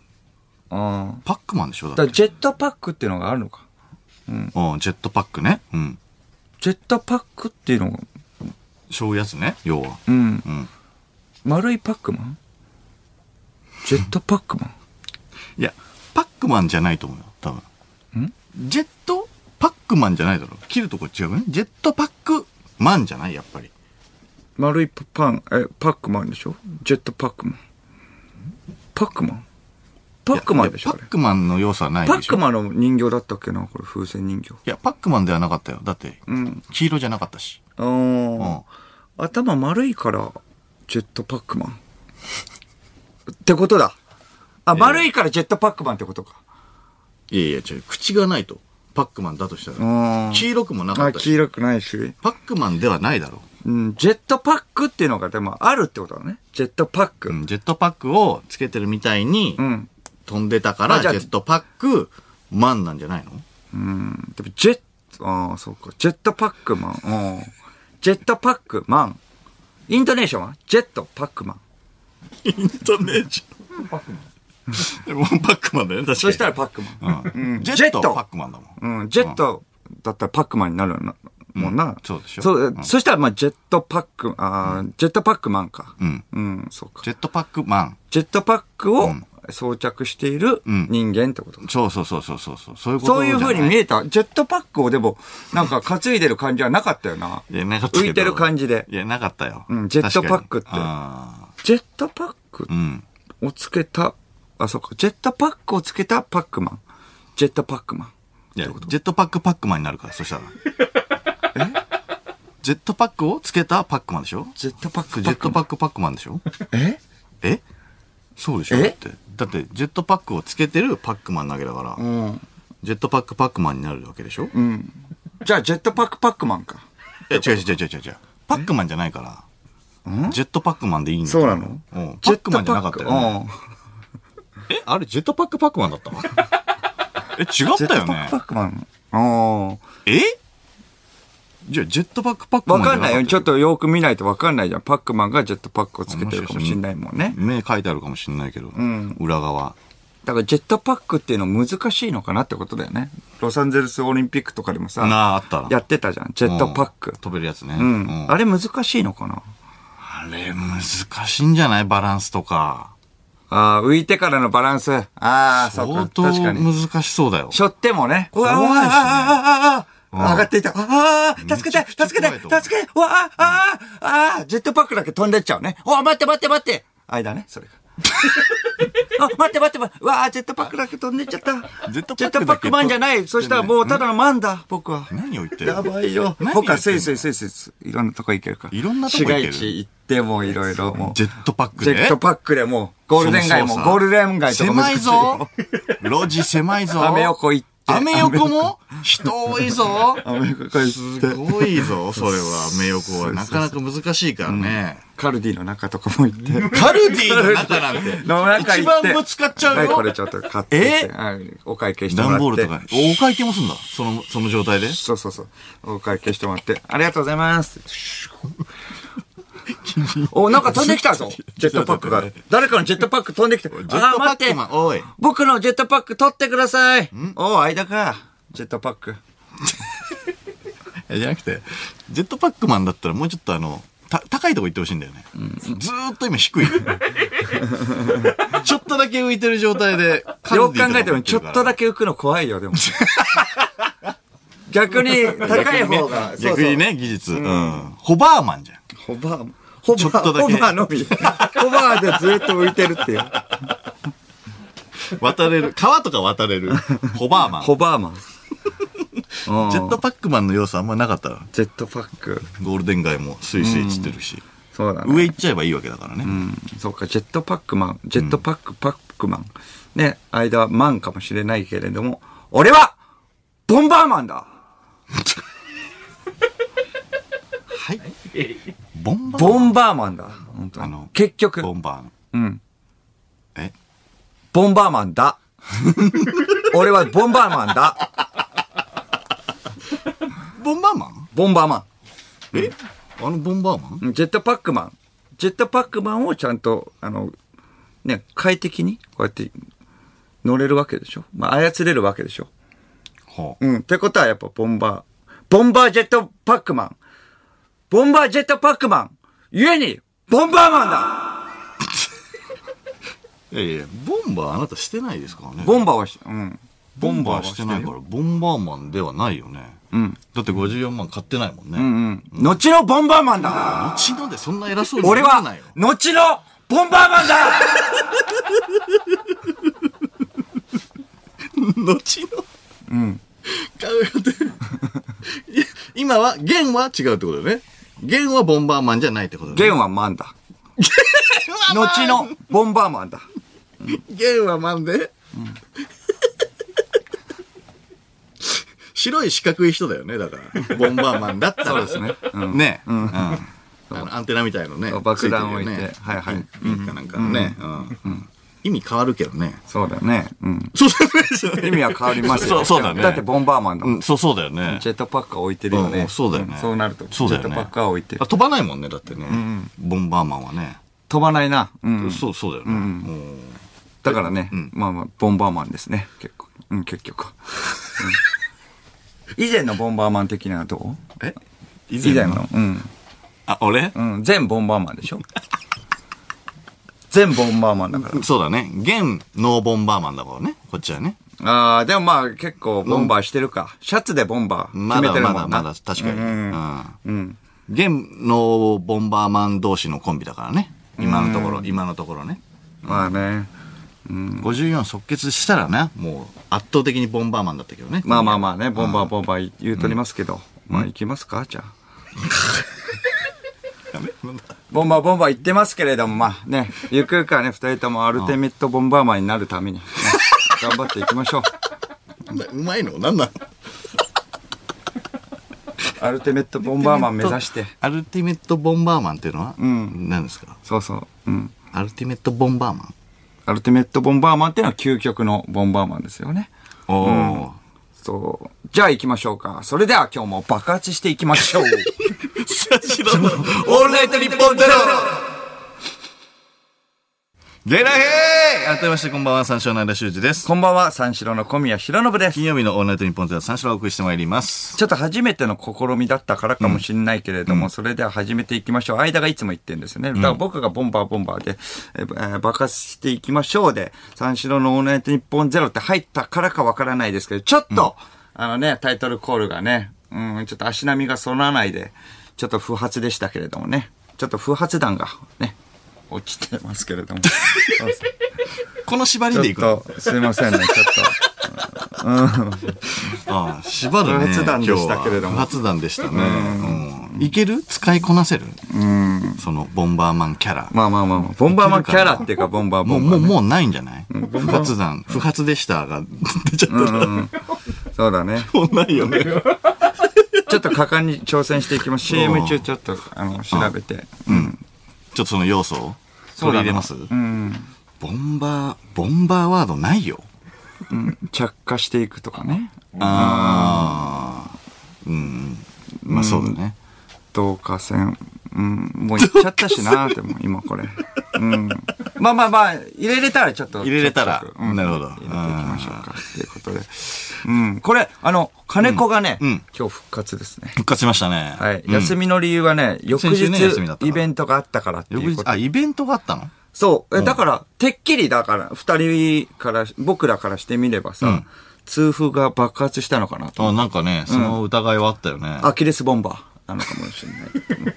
[SPEAKER 1] パックマンでしょだ
[SPEAKER 2] だか
[SPEAKER 1] っ
[SPEAKER 2] ら
[SPEAKER 1] て
[SPEAKER 2] ジェットパックっていうのがあるのか。
[SPEAKER 1] うん、ジェットパックね。うん。
[SPEAKER 2] ジェットパックっていうのが、
[SPEAKER 1] そういうやつね、要は。
[SPEAKER 2] うん。
[SPEAKER 1] うん。
[SPEAKER 2] 丸いパックマ ンジェットパックマン。
[SPEAKER 1] いや、パックマンじゃないと思うよ、多分。
[SPEAKER 2] ん
[SPEAKER 1] ジェットパックマンじゃないだろ。切るとこ違うよね。ジェットパックマンじゃない、やっぱり。
[SPEAKER 2] 丸いパパン、え、パックマンでしょジェットパックマン。パックマンパックマンでしょ
[SPEAKER 1] い
[SPEAKER 2] あ
[SPEAKER 1] や
[SPEAKER 2] れ
[SPEAKER 1] パックマンの要素はないでし
[SPEAKER 2] パ
[SPEAKER 1] ょ。
[SPEAKER 2] ックマンの人形だったっけなこれ、風船人形。
[SPEAKER 1] いや、パックマンではなかったよ。だって、
[SPEAKER 2] うん。
[SPEAKER 1] 黄色じゃなかったし。
[SPEAKER 2] あ
[SPEAKER 1] う
[SPEAKER 2] ー
[SPEAKER 1] ん。
[SPEAKER 2] 頭丸いから、ジェットパックマン。ってことだ。あ、丸いからジェットパックマンってことか。
[SPEAKER 1] いやいや、違う。口がないと。パックマンだとしたら。
[SPEAKER 2] あ
[SPEAKER 1] 黄色くもなかっ
[SPEAKER 2] あ、
[SPEAKER 1] た
[SPEAKER 2] 黄
[SPEAKER 1] し。
[SPEAKER 2] 色くないし。
[SPEAKER 1] パックマンではないだろ
[SPEAKER 2] うん、ジェットパックっていうのがでもあるってことだね。ジェットパック。
[SPEAKER 1] う。うん、ジェットパックをつけてるみたいに
[SPEAKER 2] う、ん
[SPEAKER 1] 飛んでたから、
[SPEAKER 2] あ
[SPEAKER 1] ジ
[SPEAKER 2] じゃ
[SPEAKER 1] ェ
[SPEAKER 2] あ
[SPEAKER 1] ットパックマンなんじゃないの
[SPEAKER 2] うん。でも、ジェット、ああ、そうか。ジェットパックマン。うんジェットパックマン。イントネーションはジェットパックマン。
[SPEAKER 1] イントネーション。もうパックマンだよね、確かに。
[SPEAKER 2] そしたらパックマン。
[SPEAKER 1] うん、ジ
[SPEAKER 2] ジ
[SPEAKER 1] ェッ
[SPEAKER 2] ェッ
[SPEAKER 1] ト
[SPEAKER 2] ト
[SPEAKER 1] はパックマンだもん。
[SPEAKER 2] うん。ジェットだったらパックマンになるよなもんな。
[SPEAKER 1] そうでしょ
[SPEAKER 2] そう、
[SPEAKER 1] うん
[SPEAKER 2] そしたら、まあ、ジェットパック、ああ、ジェットパックマンか。
[SPEAKER 1] うん。
[SPEAKER 2] うん、そうか。
[SPEAKER 1] ジェットパックマン。
[SPEAKER 2] ジェットパック
[SPEAKER 1] う
[SPEAKER 2] を
[SPEAKER 1] ん
[SPEAKER 2] 装着している
[SPEAKER 1] うん
[SPEAKER 2] 人間ってこと、
[SPEAKER 1] そうそうそうそうそうそう。そういうこと
[SPEAKER 2] そういう風に見
[SPEAKER 1] え
[SPEAKER 2] えた。ジェットパックをでも、なんか担いでる感じはなかったよな。
[SPEAKER 1] いや、なかったけど
[SPEAKER 2] 浮いてる感じで
[SPEAKER 1] いや、なかったよ。
[SPEAKER 2] うんジェットパックって
[SPEAKER 1] 確かにあ
[SPEAKER 2] ジェットパック
[SPEAKER 1] ーうん。
[SPEAKER 2] をつけた、あ、そうか、ジェットパックをつけたパックマン。ジェットパックマン。
[SPEAKER 1] いや、ジェットパックパックマンになるから、そした ら。ジェットパックをつけたパックマンでしょ
[SPEAKER 2] ジェットパック、
[SPEAKER 1] ジェットパ
[SPEAKER 2] ッ
[SPEAKER 1] ックパックマンでしょ
[SPEAKER 2] ク。え
[SPEAKER 1] えそうでしょ
[SPEAKER 2] え
[SPEAKER 1] だって。だって、ジェットパックをつけてるパックマンなわけだから、
[SPEAKER 2] うん。
[SPEAKER 1] ジェットパックパックマンになるわけでしょ
[SPEAKER 2] うん。じゃあ、ジェットパックパックマンか。
[SPEAKER 1] いや、違う違う違う違う違う。パックマンじゃないから。ジェットパックマンでいいんだ
[SPEAKER 2] そうなの
[SPEAKER 1] うん。パックマンじゃなかったよ、ね。
[SPEAKER 2] うん
[SPEAKER 1] え、あれ、ジェットパックパックマンだったのえ、違っ
[SPEAKER 2] ジェ
[SPEAKER 1] た
[SPEAKER 2] ット
[SPEAKER 1] よ
[SPEAKER 2] パック
[SPEAKER 1] ね
[SPEAKER 2] パッ。クマン。あ
[SPEAKER 1] えじゃあ、ジェットパックパック
[SPEAKER 2] あ。
[SPEAKER 1] マン
[SPEAKER 2] わ
[SPEAKER 1] じゃ
[SPEAKER 2] かんないよ。ちょっ
[SPEAKER 1] と。
[SPEAKER 2] とよく見ないとわかんないじゃん。パックマンがジェットパックをつけてるかもしんないもんね。
[SPEAKER 1] 目書いてあるかもしんないけど。
[SPEAKER 2] ん
[SPEAKER 1] 裏側。
[SPEAKER 2] だからジェットパックっていうの難しいのかなってことだよね。ロサンゼルスオリンピックとかでもさ、
[SPEAKER 1] なあ、あったな。
[SPEAKER 2] やってたじゃん。ジェットパック
[SPEAKER 1] うん。飛べるやつね。
[SPEAKER 2] うん。あ
[SPEAKER 1] あれ
[SPEAKER 2] れ難しいのかな
[SPEAKER 1] あれ、難しいんじゃないバランスとか。
[SPEAKER 2] ああ、浮いてからのバランス。ああ、そう
[SPEAKER 1] 相
[SPEAKER 2] か。
[SPEAKER 1] 当
[SPEAKER 2] 確かに。
[SPEAKER 1] 難しそうだよ。
[SPEAKER 2] しょってもね。
[SPEAKER 1] いしね
[SPEAKER 2] うわあああああ
[SPEAKER 1] うん
[SPEAKER 2] あ上がっていた。ああ、助けて
[SPEAKER 1] めちゃ
[SPEAKER 2] 助
[SPEAKER 1] くちゃ怖
[SPEAKER 2] けて
[SPEAKER 1] いと思う
[SPEAKER 2] 助けてうわあああああジェットパックだけ飛んでっちゃうね。おい待って待って待って間ね、それが。あ、待って待って待って。うわあジェットパックだけ飛んでっちゃった。
[SPEAKER 1] ジェットパックだけ
[SPEAKER 2] ジェットパックマンじゃない。そしたらもうただのマンだ、僕は。
[SPEAKER 1] 何を言ってる
[SPEAKER 2] やばいよ。
[SPEAKER 1] 何言ってんの
[SPEAKER 2] 他、スイスイスイスイスイ、いろんなとこ行けるから。
[SPEAKER 1] いろんなとこ行ける
[SPEAKER 2] 市街地行ってもいろいろ。もう
[SPEAKER 1] ジェットパック
[SPEAKER 2] ジ
[SPEAKER 1] で
[SPEAKER 2] ェットパックでもう、ゴールデン街も、
[SPEAKER 1] その操作
[SPEAKER 2] ゴールデン街とか
[SPEAKER 1] 狭
[SPEAKER 2] 難
[SPEAKER 1] い
[SPEAKER 2] しい
[SPEAKER 1] ぞ路地狭いぞ
[SPEAKER 2] アメ横行って。
[SPEAKER 1] アメ横も人多いぞ
[SPEAKER 2] アメ横行っ
[SPEAKER 1] す
[SPEAKER 2] て。
[SPEAKER 1] ごいぞ、それは、アメ横は。なかなか難しいからね。
[SPEAKER 2] カルディの中とかも行って。
[SPEAKER 1] カルディの中なんて、
[SPEAKER 2] の中
[SPEAKER 1] 一
[SPEAKER 2] 行って。
[SPEAKER 1] 番ぶつかっちゃう
[SPEAKER 2] はい、これ
[SPEAKER 1] よ。
[SPEAKER 2] ちょっと買って。
[SPEAKER 1] え
[SPEAKER 2] はいお会計してもら
[SPEAKER 1] 段
[SPEAKER 2] って。
[SPEAKER 1] ボールとか。お会計もすんだ。その、その状態で。
[SPEAKER 2] そうそうそう。お会計してもらって。ありがとうござ います。お、なんか飛んできたぞ。ジェットパックが。誰かのジェットパック飛んできた。ジェ
[SPEAKER 1] ジェットパックマン、おい。
[SPEAKER 2] 僕のジェットパック取ってください。おう、間か。ジェットパック。
[SPEAKER 1] えじゃなくて、ジェットパックマンだったらもうちょっとあの、た高いとこ行ってほしいんだよね。ずーっと今 低い。ちょっとだけ浮いてる状態で、
[SPEAKER 2] よく考えても、ちょっとだ
[SPEAKER 1] け。
[SPEAKER 2] け浮くの怖いよ、でも。逆に、高い方が。そう
[SPEAKER 1] 逆
[SPEAKER 2] そう
[SPEAKER 1] に。ね、技術。うん。ホバーマンじゃん。
[SPEAKER 2] ホバー、ホバ
[SPEAKER 1] ちょっと
[SPEAKER 2] ー、
[SPEAKER 1] だ
[SPEAKER 2] ホ
[SPEAKER 1] け
[SPEAKER 2] バーの み。ホバーでずっと浮いてるっていう。
[SPEAKER 1] 渡れ る。川とか渡れる。ホバーマン。
[SPEAKER 2] ホバーマン。
[SPEAKER 1] ジェットパックマンの要素あんまなかったら、
[SPEAKER 2] ジェットパック。
[SPEAKER 1] ゴールデン街もスイスイ散ってるし。
[SPEAKER 2] そうだね。
[SPEAKER 1] 上行っちゃえばいいわけだからね。
[SPEAKER 2] うんそうか、ジェットパックマン、ジェットパックパックマン。ね、間はマンかもしれないけれども、俺は、ボンバーマンだ
[SPEAKER 1] はい。ボンバー
[SPEAKER 2] ボンバーマンだ本当
[SPEAKER 1] あ
[SPEAKER 2] に
[SPEAKER 1] の。
[SPEAKER 2] 結局
[SPEAKER 1] ボ、ンバーン。
[SPEAKER 2] うん。
[SPEAKER 1] え
[SPEAKER 2] ボンバーマン だ俺はボンバーマンだ
[SPEAKER 1] ボンバーマン
[SPEAKER 2] ボンバーマ
[SPEAKER 1] えあのボンバーマン
[SPEAKER 2] ンジェットパックマン。ジェットパックマンをちゃんと、あの、ね、快適に、こうやって、乗れるわけでしょまあ、操れるわけでしょ
[SPEAKER 1] は
[SPEAKER 2] うん。ってことはやっぱボンバー。ボンバージェットパックマン。ボンバージェットパックマン。ゆえに、ボンバーマンだ
[SPEAKER 1] あ、いやいや、ボンバーあなたしてないですからね。
[SPEAKER 2] ボンバーはし、うん。
[SPEAKER 1] ボンバーしてないから、ボンバーマンではないよね。
[SPEAKER 2] ん
[SPEAKER 1] だって54万買ってないもんね。
[SPEAKER 2] うん。後のボンバーマンだ
[SPEAKER 1] うちのでそんな偉そうに
[SPEAKER 2] 俺
[SPEAKER 1] 言う
[SPEAKER 2] は
[SPEAKER 1] なよ。、
[SPEAKER 2] 後のボンバーマンだ
[SPEAKER 1] 後の。買う予定。いや今は、弦は違うってことだよね。弦はボンバーマンじゃないってことだ
[SPEAKER 2] ゲ
[SPEAKER 1] ね。
[SPEAKER 2] ンはマンだ。後のボンバーマンだ。
[SPEAKER 1] 弦はマンで。白い四角い人だよね、だから。ボンバーマンだったら。そうですね。ね。うん。あのアンテナみたいのね。
[SPEAKER 2] 爆弾を置いて
[SPEAKER 1] つるよね
[SPEAKER 2] はいはい
[SPEAKER 1] ピンかなんかのね。うん意味変わるけどね。
[SPEAKER 2] そうだね。うん。
[SPEAKER 1] そうだ
[SPEAKER 2] 意味は変わりますよ。
[SPEAKER 1] そうそうだね
[SPEAKER 2] だってボンバーマンだもん。
[SPEAKER 1] うん、そう、そうだよね。
[SPEAKER 2] ジェットパックは置いてるよ
[SPEAKER 1] うんう
[SPEAKER 2] ね。
[SPEAKER 1] んそうだよね。
[SPEAKER 2] んそうなると。
[SPEAKER 1] そうだよね
[SPEAKER 2] ジェットパックは置いてる
[SPEAKER 1] あ。飛ばないもんね、だってね。ボンバーマンはね。
[SPEAKER 2] 飛ばないな。うん。
[SPEAKER 1] そう、そうだよね。うん
[SPEAKER 2] だからね、まあまあ、ボンバーマンですね、結構。うん、結局。うん以前のボンバーマン的なのはどう
[SPEAKER 1] え以
[SPEAKER 2] 以前の。うん。
[SPEAKER 1] あ、俺
[SPEAKER 2] うん、全ボンバーマンでしょ全ボンバーマンだか
[SPEAKER 1] そうだね。現、ノーボンバーマンだからね。こっちはね。
[SPEAKER 2] ら。ああ、でもまあ結構ボンバーしてるか。シャツでボンバー
[SPEAKER 1] ま
[SPEAKER 2] 決め
[SPEAKER 1] だ
[SPEAKER 2] てるも
[SPEAKER 1] ま
[SPEAKER 2] んな。
[SPEAKER 1] だまだ、確かに。うん。現、ノーボンバーマン同士のコンビだからね。今のところ、今のところね。
[SPEAKER 2] まあね。
[SPEAKER 1] 54即決したらね、もう圧倒的にボンバーマンだったけどね。
[SPEAKER 2] まあまあまあね、ボンバーボンバー言うとりますけど。まあ行きますかじゃあ。
[SPEAKER 1] ダメ
[SPEAKER 2] ボンバーボンバー言ってますけれども、まあ ね、ゆくゆくはね、二人ともアルティメットボンバーマンになるた めに、ね頑張っていきましょう。
[SPEAKER 1] なんだうまいのなんなの
[SPEAKER 2] アルティメットボンバーマン目指して。
[SPEAKER 1] アルティメットボンバーマンっていうのは、何ですか
[SPEAKER 2] そうそう。うん。
[SPEAKER 1] アルティメットボンバーマン。
[SPEAKER 2] アルティメットボンバーマンっていうのは究極のボンバーマンですよね。
[SPEAKER 1] おー
[SPEAKER 2] そう。じゃあ行きましょうか。それでは今日も爆発していきましょ う。 オールナイト日本ゼロ
[SPEAKER 1] ゲラヘー改めましてこんばんは、三四郎の間修二です。
[SPEAKER 2] こんばんは、三四郎の小宮弘信です
[SPEAKER 1] 金。曜日のオールナイトニッポンゼロ三四郎をお送りしてまいります。
[SPEAKER 2] ちょっと初めての試みだったからかもしれないけれども、それでは始めていきましょう。間がいつも言ってるんですよね。だから僕がボンバーボンバーで、えーえー爆発していきましょうで、三四郎のオールナイト日本ゼロって入ったからかわからないですけど、ちょっと、あのね、タイトルコールがね、うん、ちょっと足並みが揃わないで、ちょっと不発でしたけれどもね。ちょっと不発弾がね、落ちてますけれども。
[SPEAKER 1] この縛りでいく
[SPEAKER 2] ちょ
[SPEAKER 1] の
[SPEAKER 2] っと、すいませんね、 ちょっと。
[SPEAKER 1] ああ、縛るね。
[SPEAKER 2] 不発弾でしたけれ
[SPEAKER 1] 今日
[SPEAKER 2] ども
[SPEAKER 1] は不発弾でしたね。うんいける使いこなせるその、ボンバーマンキャラ。
[SPEAKER 2] まあまあまあまあ、ボンバーマンキャラっていうか、ボンバー
[SPEAKER 1] も
[SPEAKER 2] ボ
[SPEAKER 1] う、
[SPEAKER 2] ンバ
[SPEAKER 1] も
[SPEAKER 2] ー
[SPEAKER 1] う、
[SPEAKER 2] ね。
[SPEAKER 1] もうないんじゃない不発弾、不発でしたが出 ちゃったから、も
[SPEAKER 2] そうだね。
[SPEAKER 1] うないよね。
[SPEAKER 2] ちょっと果敢に挑戦していきます。CM 中ちょっと、あの、調べて。
[SPEAKER 1] ちょっとその要素を取り入れます
[SPEAKER 2] うん。
[SPEAKER 1] ボンバー、ボンバーワードないよ。
[SPEAKER 2] 着火していくとかね。
[SPEAKER 1] ああ。うん。まあそうだね。
[SPEAKER 2] 導火線、うん、もう行っちゃったしなーって思う、今これ。うん。まあまあまあ、入れれたらちょっと。
[SPEAKER 1] 入れれたら
[SPEAKER 2] ちょっとうん
[SPEAKER 1] なるほど
[SPEAKER 2] 入れていきましょうか。ということで。うん。これ、あの、金子がね、
[SPEAKER 1] うんうん
[SPEAKER 2] 今日復活ですね。
[SPEAKER 1] 復活しましたね。
[SPEAKER 2] はい。
[SPEAKER 1] うん
[SPEAKER 2] 休みの理由はね、翌
[SPEAKER 1] 先
[SPEAKER 2] 日
[SPEAKER 1] 週ね休みだったから
[SPEAKER 2] イベントがあったからって
[SPEAKER 1] 翌
[SPEAKER 2] いう
[SPEAKER 1] 日
[SPEAKER 2] こ、と。
[SPEAKER 1] あ、イベントがあったの
[SPEAKER 2] そう。えだから、てっきりだから、二人から、僕らからしてみればさ、
[SPEAKER 1] うん
[SPEAKER 2] 痛風が爆発したのかなと。
[SPEAKER 1] あ、なんかね、その疑いはあったよね。
[SPEAKER 2] アキレスボンバーなのかもしれない と思っ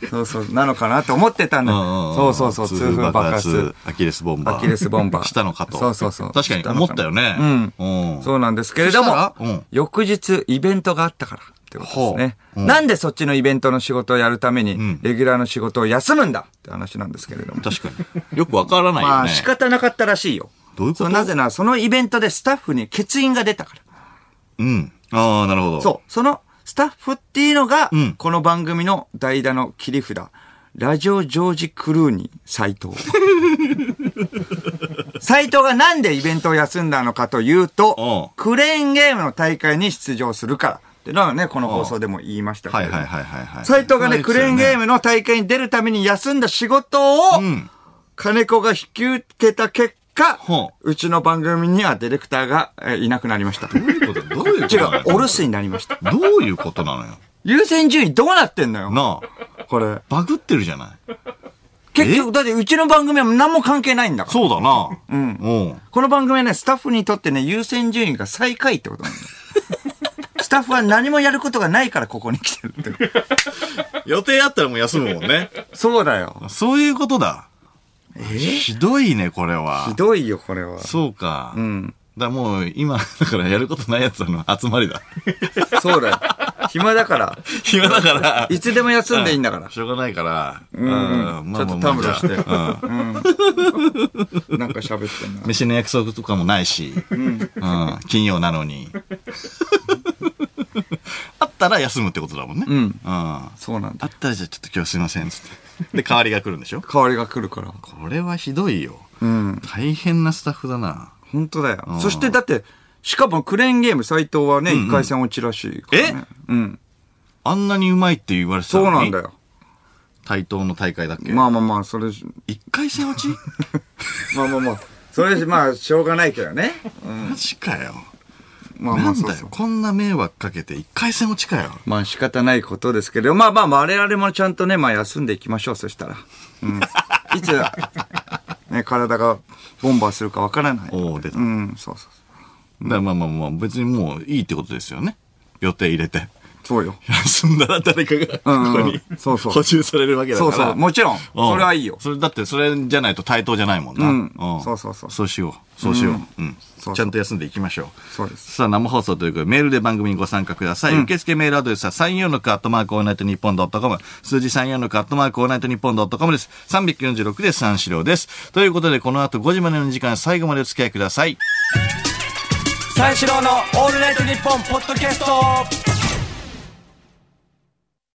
[SPEAKER 2] て。そうそう、なのかなと思ってたんだ
[SPEAKER 1] うん
[SPEAKER 2] よ
[SPEAKER 1] うんん
[SPEAKER 2] そうそうそう、痛風爆発。。
[SPEAKER 1] アキレスボンバー。
[SPEAKER 2] アキレスボンバー
[SPEAKER 1] したのかと。
[SPEAKER 2] そうそうそう
[SPEAKER 1] 確かに思ったよね。
[SPEAKER 2] うん。そううなんですけれど
[SPEAKER 1] そした
[SPEAKER 2] も、
[SPEAKER 1] らうん
[SPEAKER 2] 翌日イベントがあったからってことですね、
[SPEAKER 1] ほううん
[SPEAKER 2] なんでそっちのイベントの仕事をやるために、
[SPEAKER 1] ん
[SPEAKER 2] レギュラーの仕事を休むんだって話なんですけれども。
[SPEAKER 1] 確かに。よくわからない
[SPEAKER 2] ま
[SPEAKER 1] よ
[SPEAKER 2] あ
[SPEAKER 1] ね。
[SPEAKER 2] 仕方なかったらしいよ。
[SPEAKER 1] どういうこと
[SPEAKER 2] そなぜならそのイベントでスタッフに欠員が出たから。
[SPEAKER 1] うん。ああ、なるほど。
[SPEAKER 2] そう。そのスタッフっていうのが、
[SPEAKER 1] ん
[SPEAKER 2] この番組の代打の切り札。ラジオジョージ・クルーニー、斎藤。 斎藤がなんでイベントを休んだのかというと
[SPEAKER 1] おう、
[SPEAKER 2] クレーンゲームの大会に出場するから。ってのはね、この放送でも言いましたけ
[SPEAKER 1] は
[SPEAKER 2] れ
[SPEAKER 1] い
[SPEAKER 2] ど。
[SPEAKER 1] はいはいはいはい。
[SPEAKER 2] 斎藤がね、クレーンゲー
[SPEAKER 1] ム。
[SPEAKER 2] ムの大会に出るために休んだ仕事を、
[SPEAKER 1] うん。
[SPEAKER 2] 金子が引き受けた結果
[SPEAKER 1] ほ、
[SPEAKER 2] うちの番組にはディレクターがえーいなくなり ました。
[SPEAKER 1] どういうことどういうこと
[SPEAKER 2] 違う
[SPEAKER 1] なの、
[SPEAKER 2] お留守になりました。
[SPEAKER 1] どういうことなのよ。
[SPEAKER 2] 優先順位どうなってんのよ。
[SPEAKER 1] なあ。
[SPEAKER 2] これ。
[SPEAKER 1] バグってるじゃない。
[SPEAKER 2] 結局、だってうちの番組は何も関係ないんだから。
[SPEAKER 1] そうだな。うん。
[SPEAKER 2] この番組はね、スタッフにとってね、優先順位が最下位ってことなんだよ。 スタッフは何もやることがないからここに来てるって。
[SPEAKER 1] 予定あったらもう休むもんね。
[SPEAKER 2] そうだよ。
[SPEAKER 1] そういうことだ。
[SPEAKER 2] え
[SPEAKER 1] ひどいね、これは。
[SPEAKER 2] ひどいよ、これは。
[SPEAKER 1] そうか。
[SPEAKER 2] うん。
[SPEAKER 1] だからもう今、 だからやることないやつらの 集まりだ。
[SPEAKER 2] そうだよ。暇だから。
[SPEAKER 1] 暇だから。
[SPEAKER 2] いつでも休んでいいんだから。
[SPEAKER 1] しょうがないから。
[SPEAKER 2] うん
[SPEAKER 1] まあ
[SPEAKER 2] うん。
[SPEAKER 1] ま
[SPEAKER 2] ちょ
[SPEAKER 1] あま
[SPEAKER 2] っ
[SPEAKER 1] あ
[SPEAKER 2] とたむろして。
[SPEAKER 1] じゃあうん
[SPEAKER 2] うん。なんか喋ってんな。
[SPEAKER 1] 飯の約束とかもないし。うん。金曜なの に。あったら休むってことだもんね。
[SPEAKER 2] うん
[SPEAKER 1] あ
[SPEAKER 2] そうなんだ。
[SPEAKER 1] ったらじゃあちょっと今日すいません。つって。で、代わりが来るんでしょ
[SPEAKER 2] 代わりが来るから。
[SPEAKER 1] これはひどいよ。
[SPEAKER 2] うん。
[SPEAKER 1] 大変なスタッフだな。
[SPEAKER 2] 本当だよ。
[SPEAKER 1] ん
[SPEAKER 2] そしてだって、しかもクレーンゲーム斎藤はね、一回戦落ちらしいから、ね。えうん。
[SPEAKER 1] あんなにうまいって言われてた
[SPEAKER 2] そ
[SPEAKER 1] の
[SPEAKER 2] う
[SPEAKER 1] に。
[SPEAKER 2] なんだ。よ。
[SPEAKER 1] 対等の大会だっけ
[SPEAKER 2] まあまあまあ、それ、
[SPEAKER 1] 一回戦落ち
[SPEAKER 2] まあまあまあ、それ、まあ、しょうがないけどね。
[SPEAKER 1] マジかよ。
[SPEAKER 2] まあま
[SPEAKER 1] な
[SPEAKER 2] あ、
[SPEAKER 1] ん
[SPEAKER 2] そう
[SPEAKER 1] だ
[SPEAKER 2] そ
[SPEAKER 1] よ
[SPEAKER 2] う。。
[SPEAKER 1] こんな迷惑かけて一回戦落ちかよ。
[SPEAKER 2] まあ仕方ないことですけど、まあまあ、我々もちゃんとね、まあ休んでいきましょう、そしたら。 うん。いつ、ね、体がボンバーするかわからない。
[SPEAKER 1] おお出た。
[SPEAKER 2] う
[SPEAKER 1] だか
[SPEAKER 2] ん、そうそうそう。
[SPEAKER 1] らまあまあまあ、別にもういいってことですよね。予定入れて。
[SPEAKER 2] そうよ。
[SPEAKER 1] 休んだら誰かが、こ
[SPEAKER 2] うん
[SPEAKER 1] こに、
[SPEAKER 2] そうそう
[SPEAKER 1] 補充されるわけだか
[SPEAKER 2] そ
[SPEAKER 1] ら。
[SPEAKER 2] うそう。もちろん、
[SPEAKER 1] うん
[SPEAKER 2] それはいいよ。
[SPEAKER 1] それだって、それじゃないと対等じゃないもんな。
[SPEAKER 2] うんそうそうそう
[SPEAKER 1] そうしよう。そうしよう。うん。
[SPEAKER 2] そう
[SPEAKER 1] ちゃんと休んでいきましょう。
[SPEAKER 2] そうです
[SPEAKER 1] さあ、生放送ということで、メールで番組にご参加ください。受付メールアドレスは346アットマークオールナイトニッポンドットコム。数字346アットマークオールナイトニッポンドットコムです。346で三四郎です。ということで、この後5時までの時間、最後までお付き合いください。
[SPEAKER 2] 三四郎のオールナイトニッポンポッドキャスト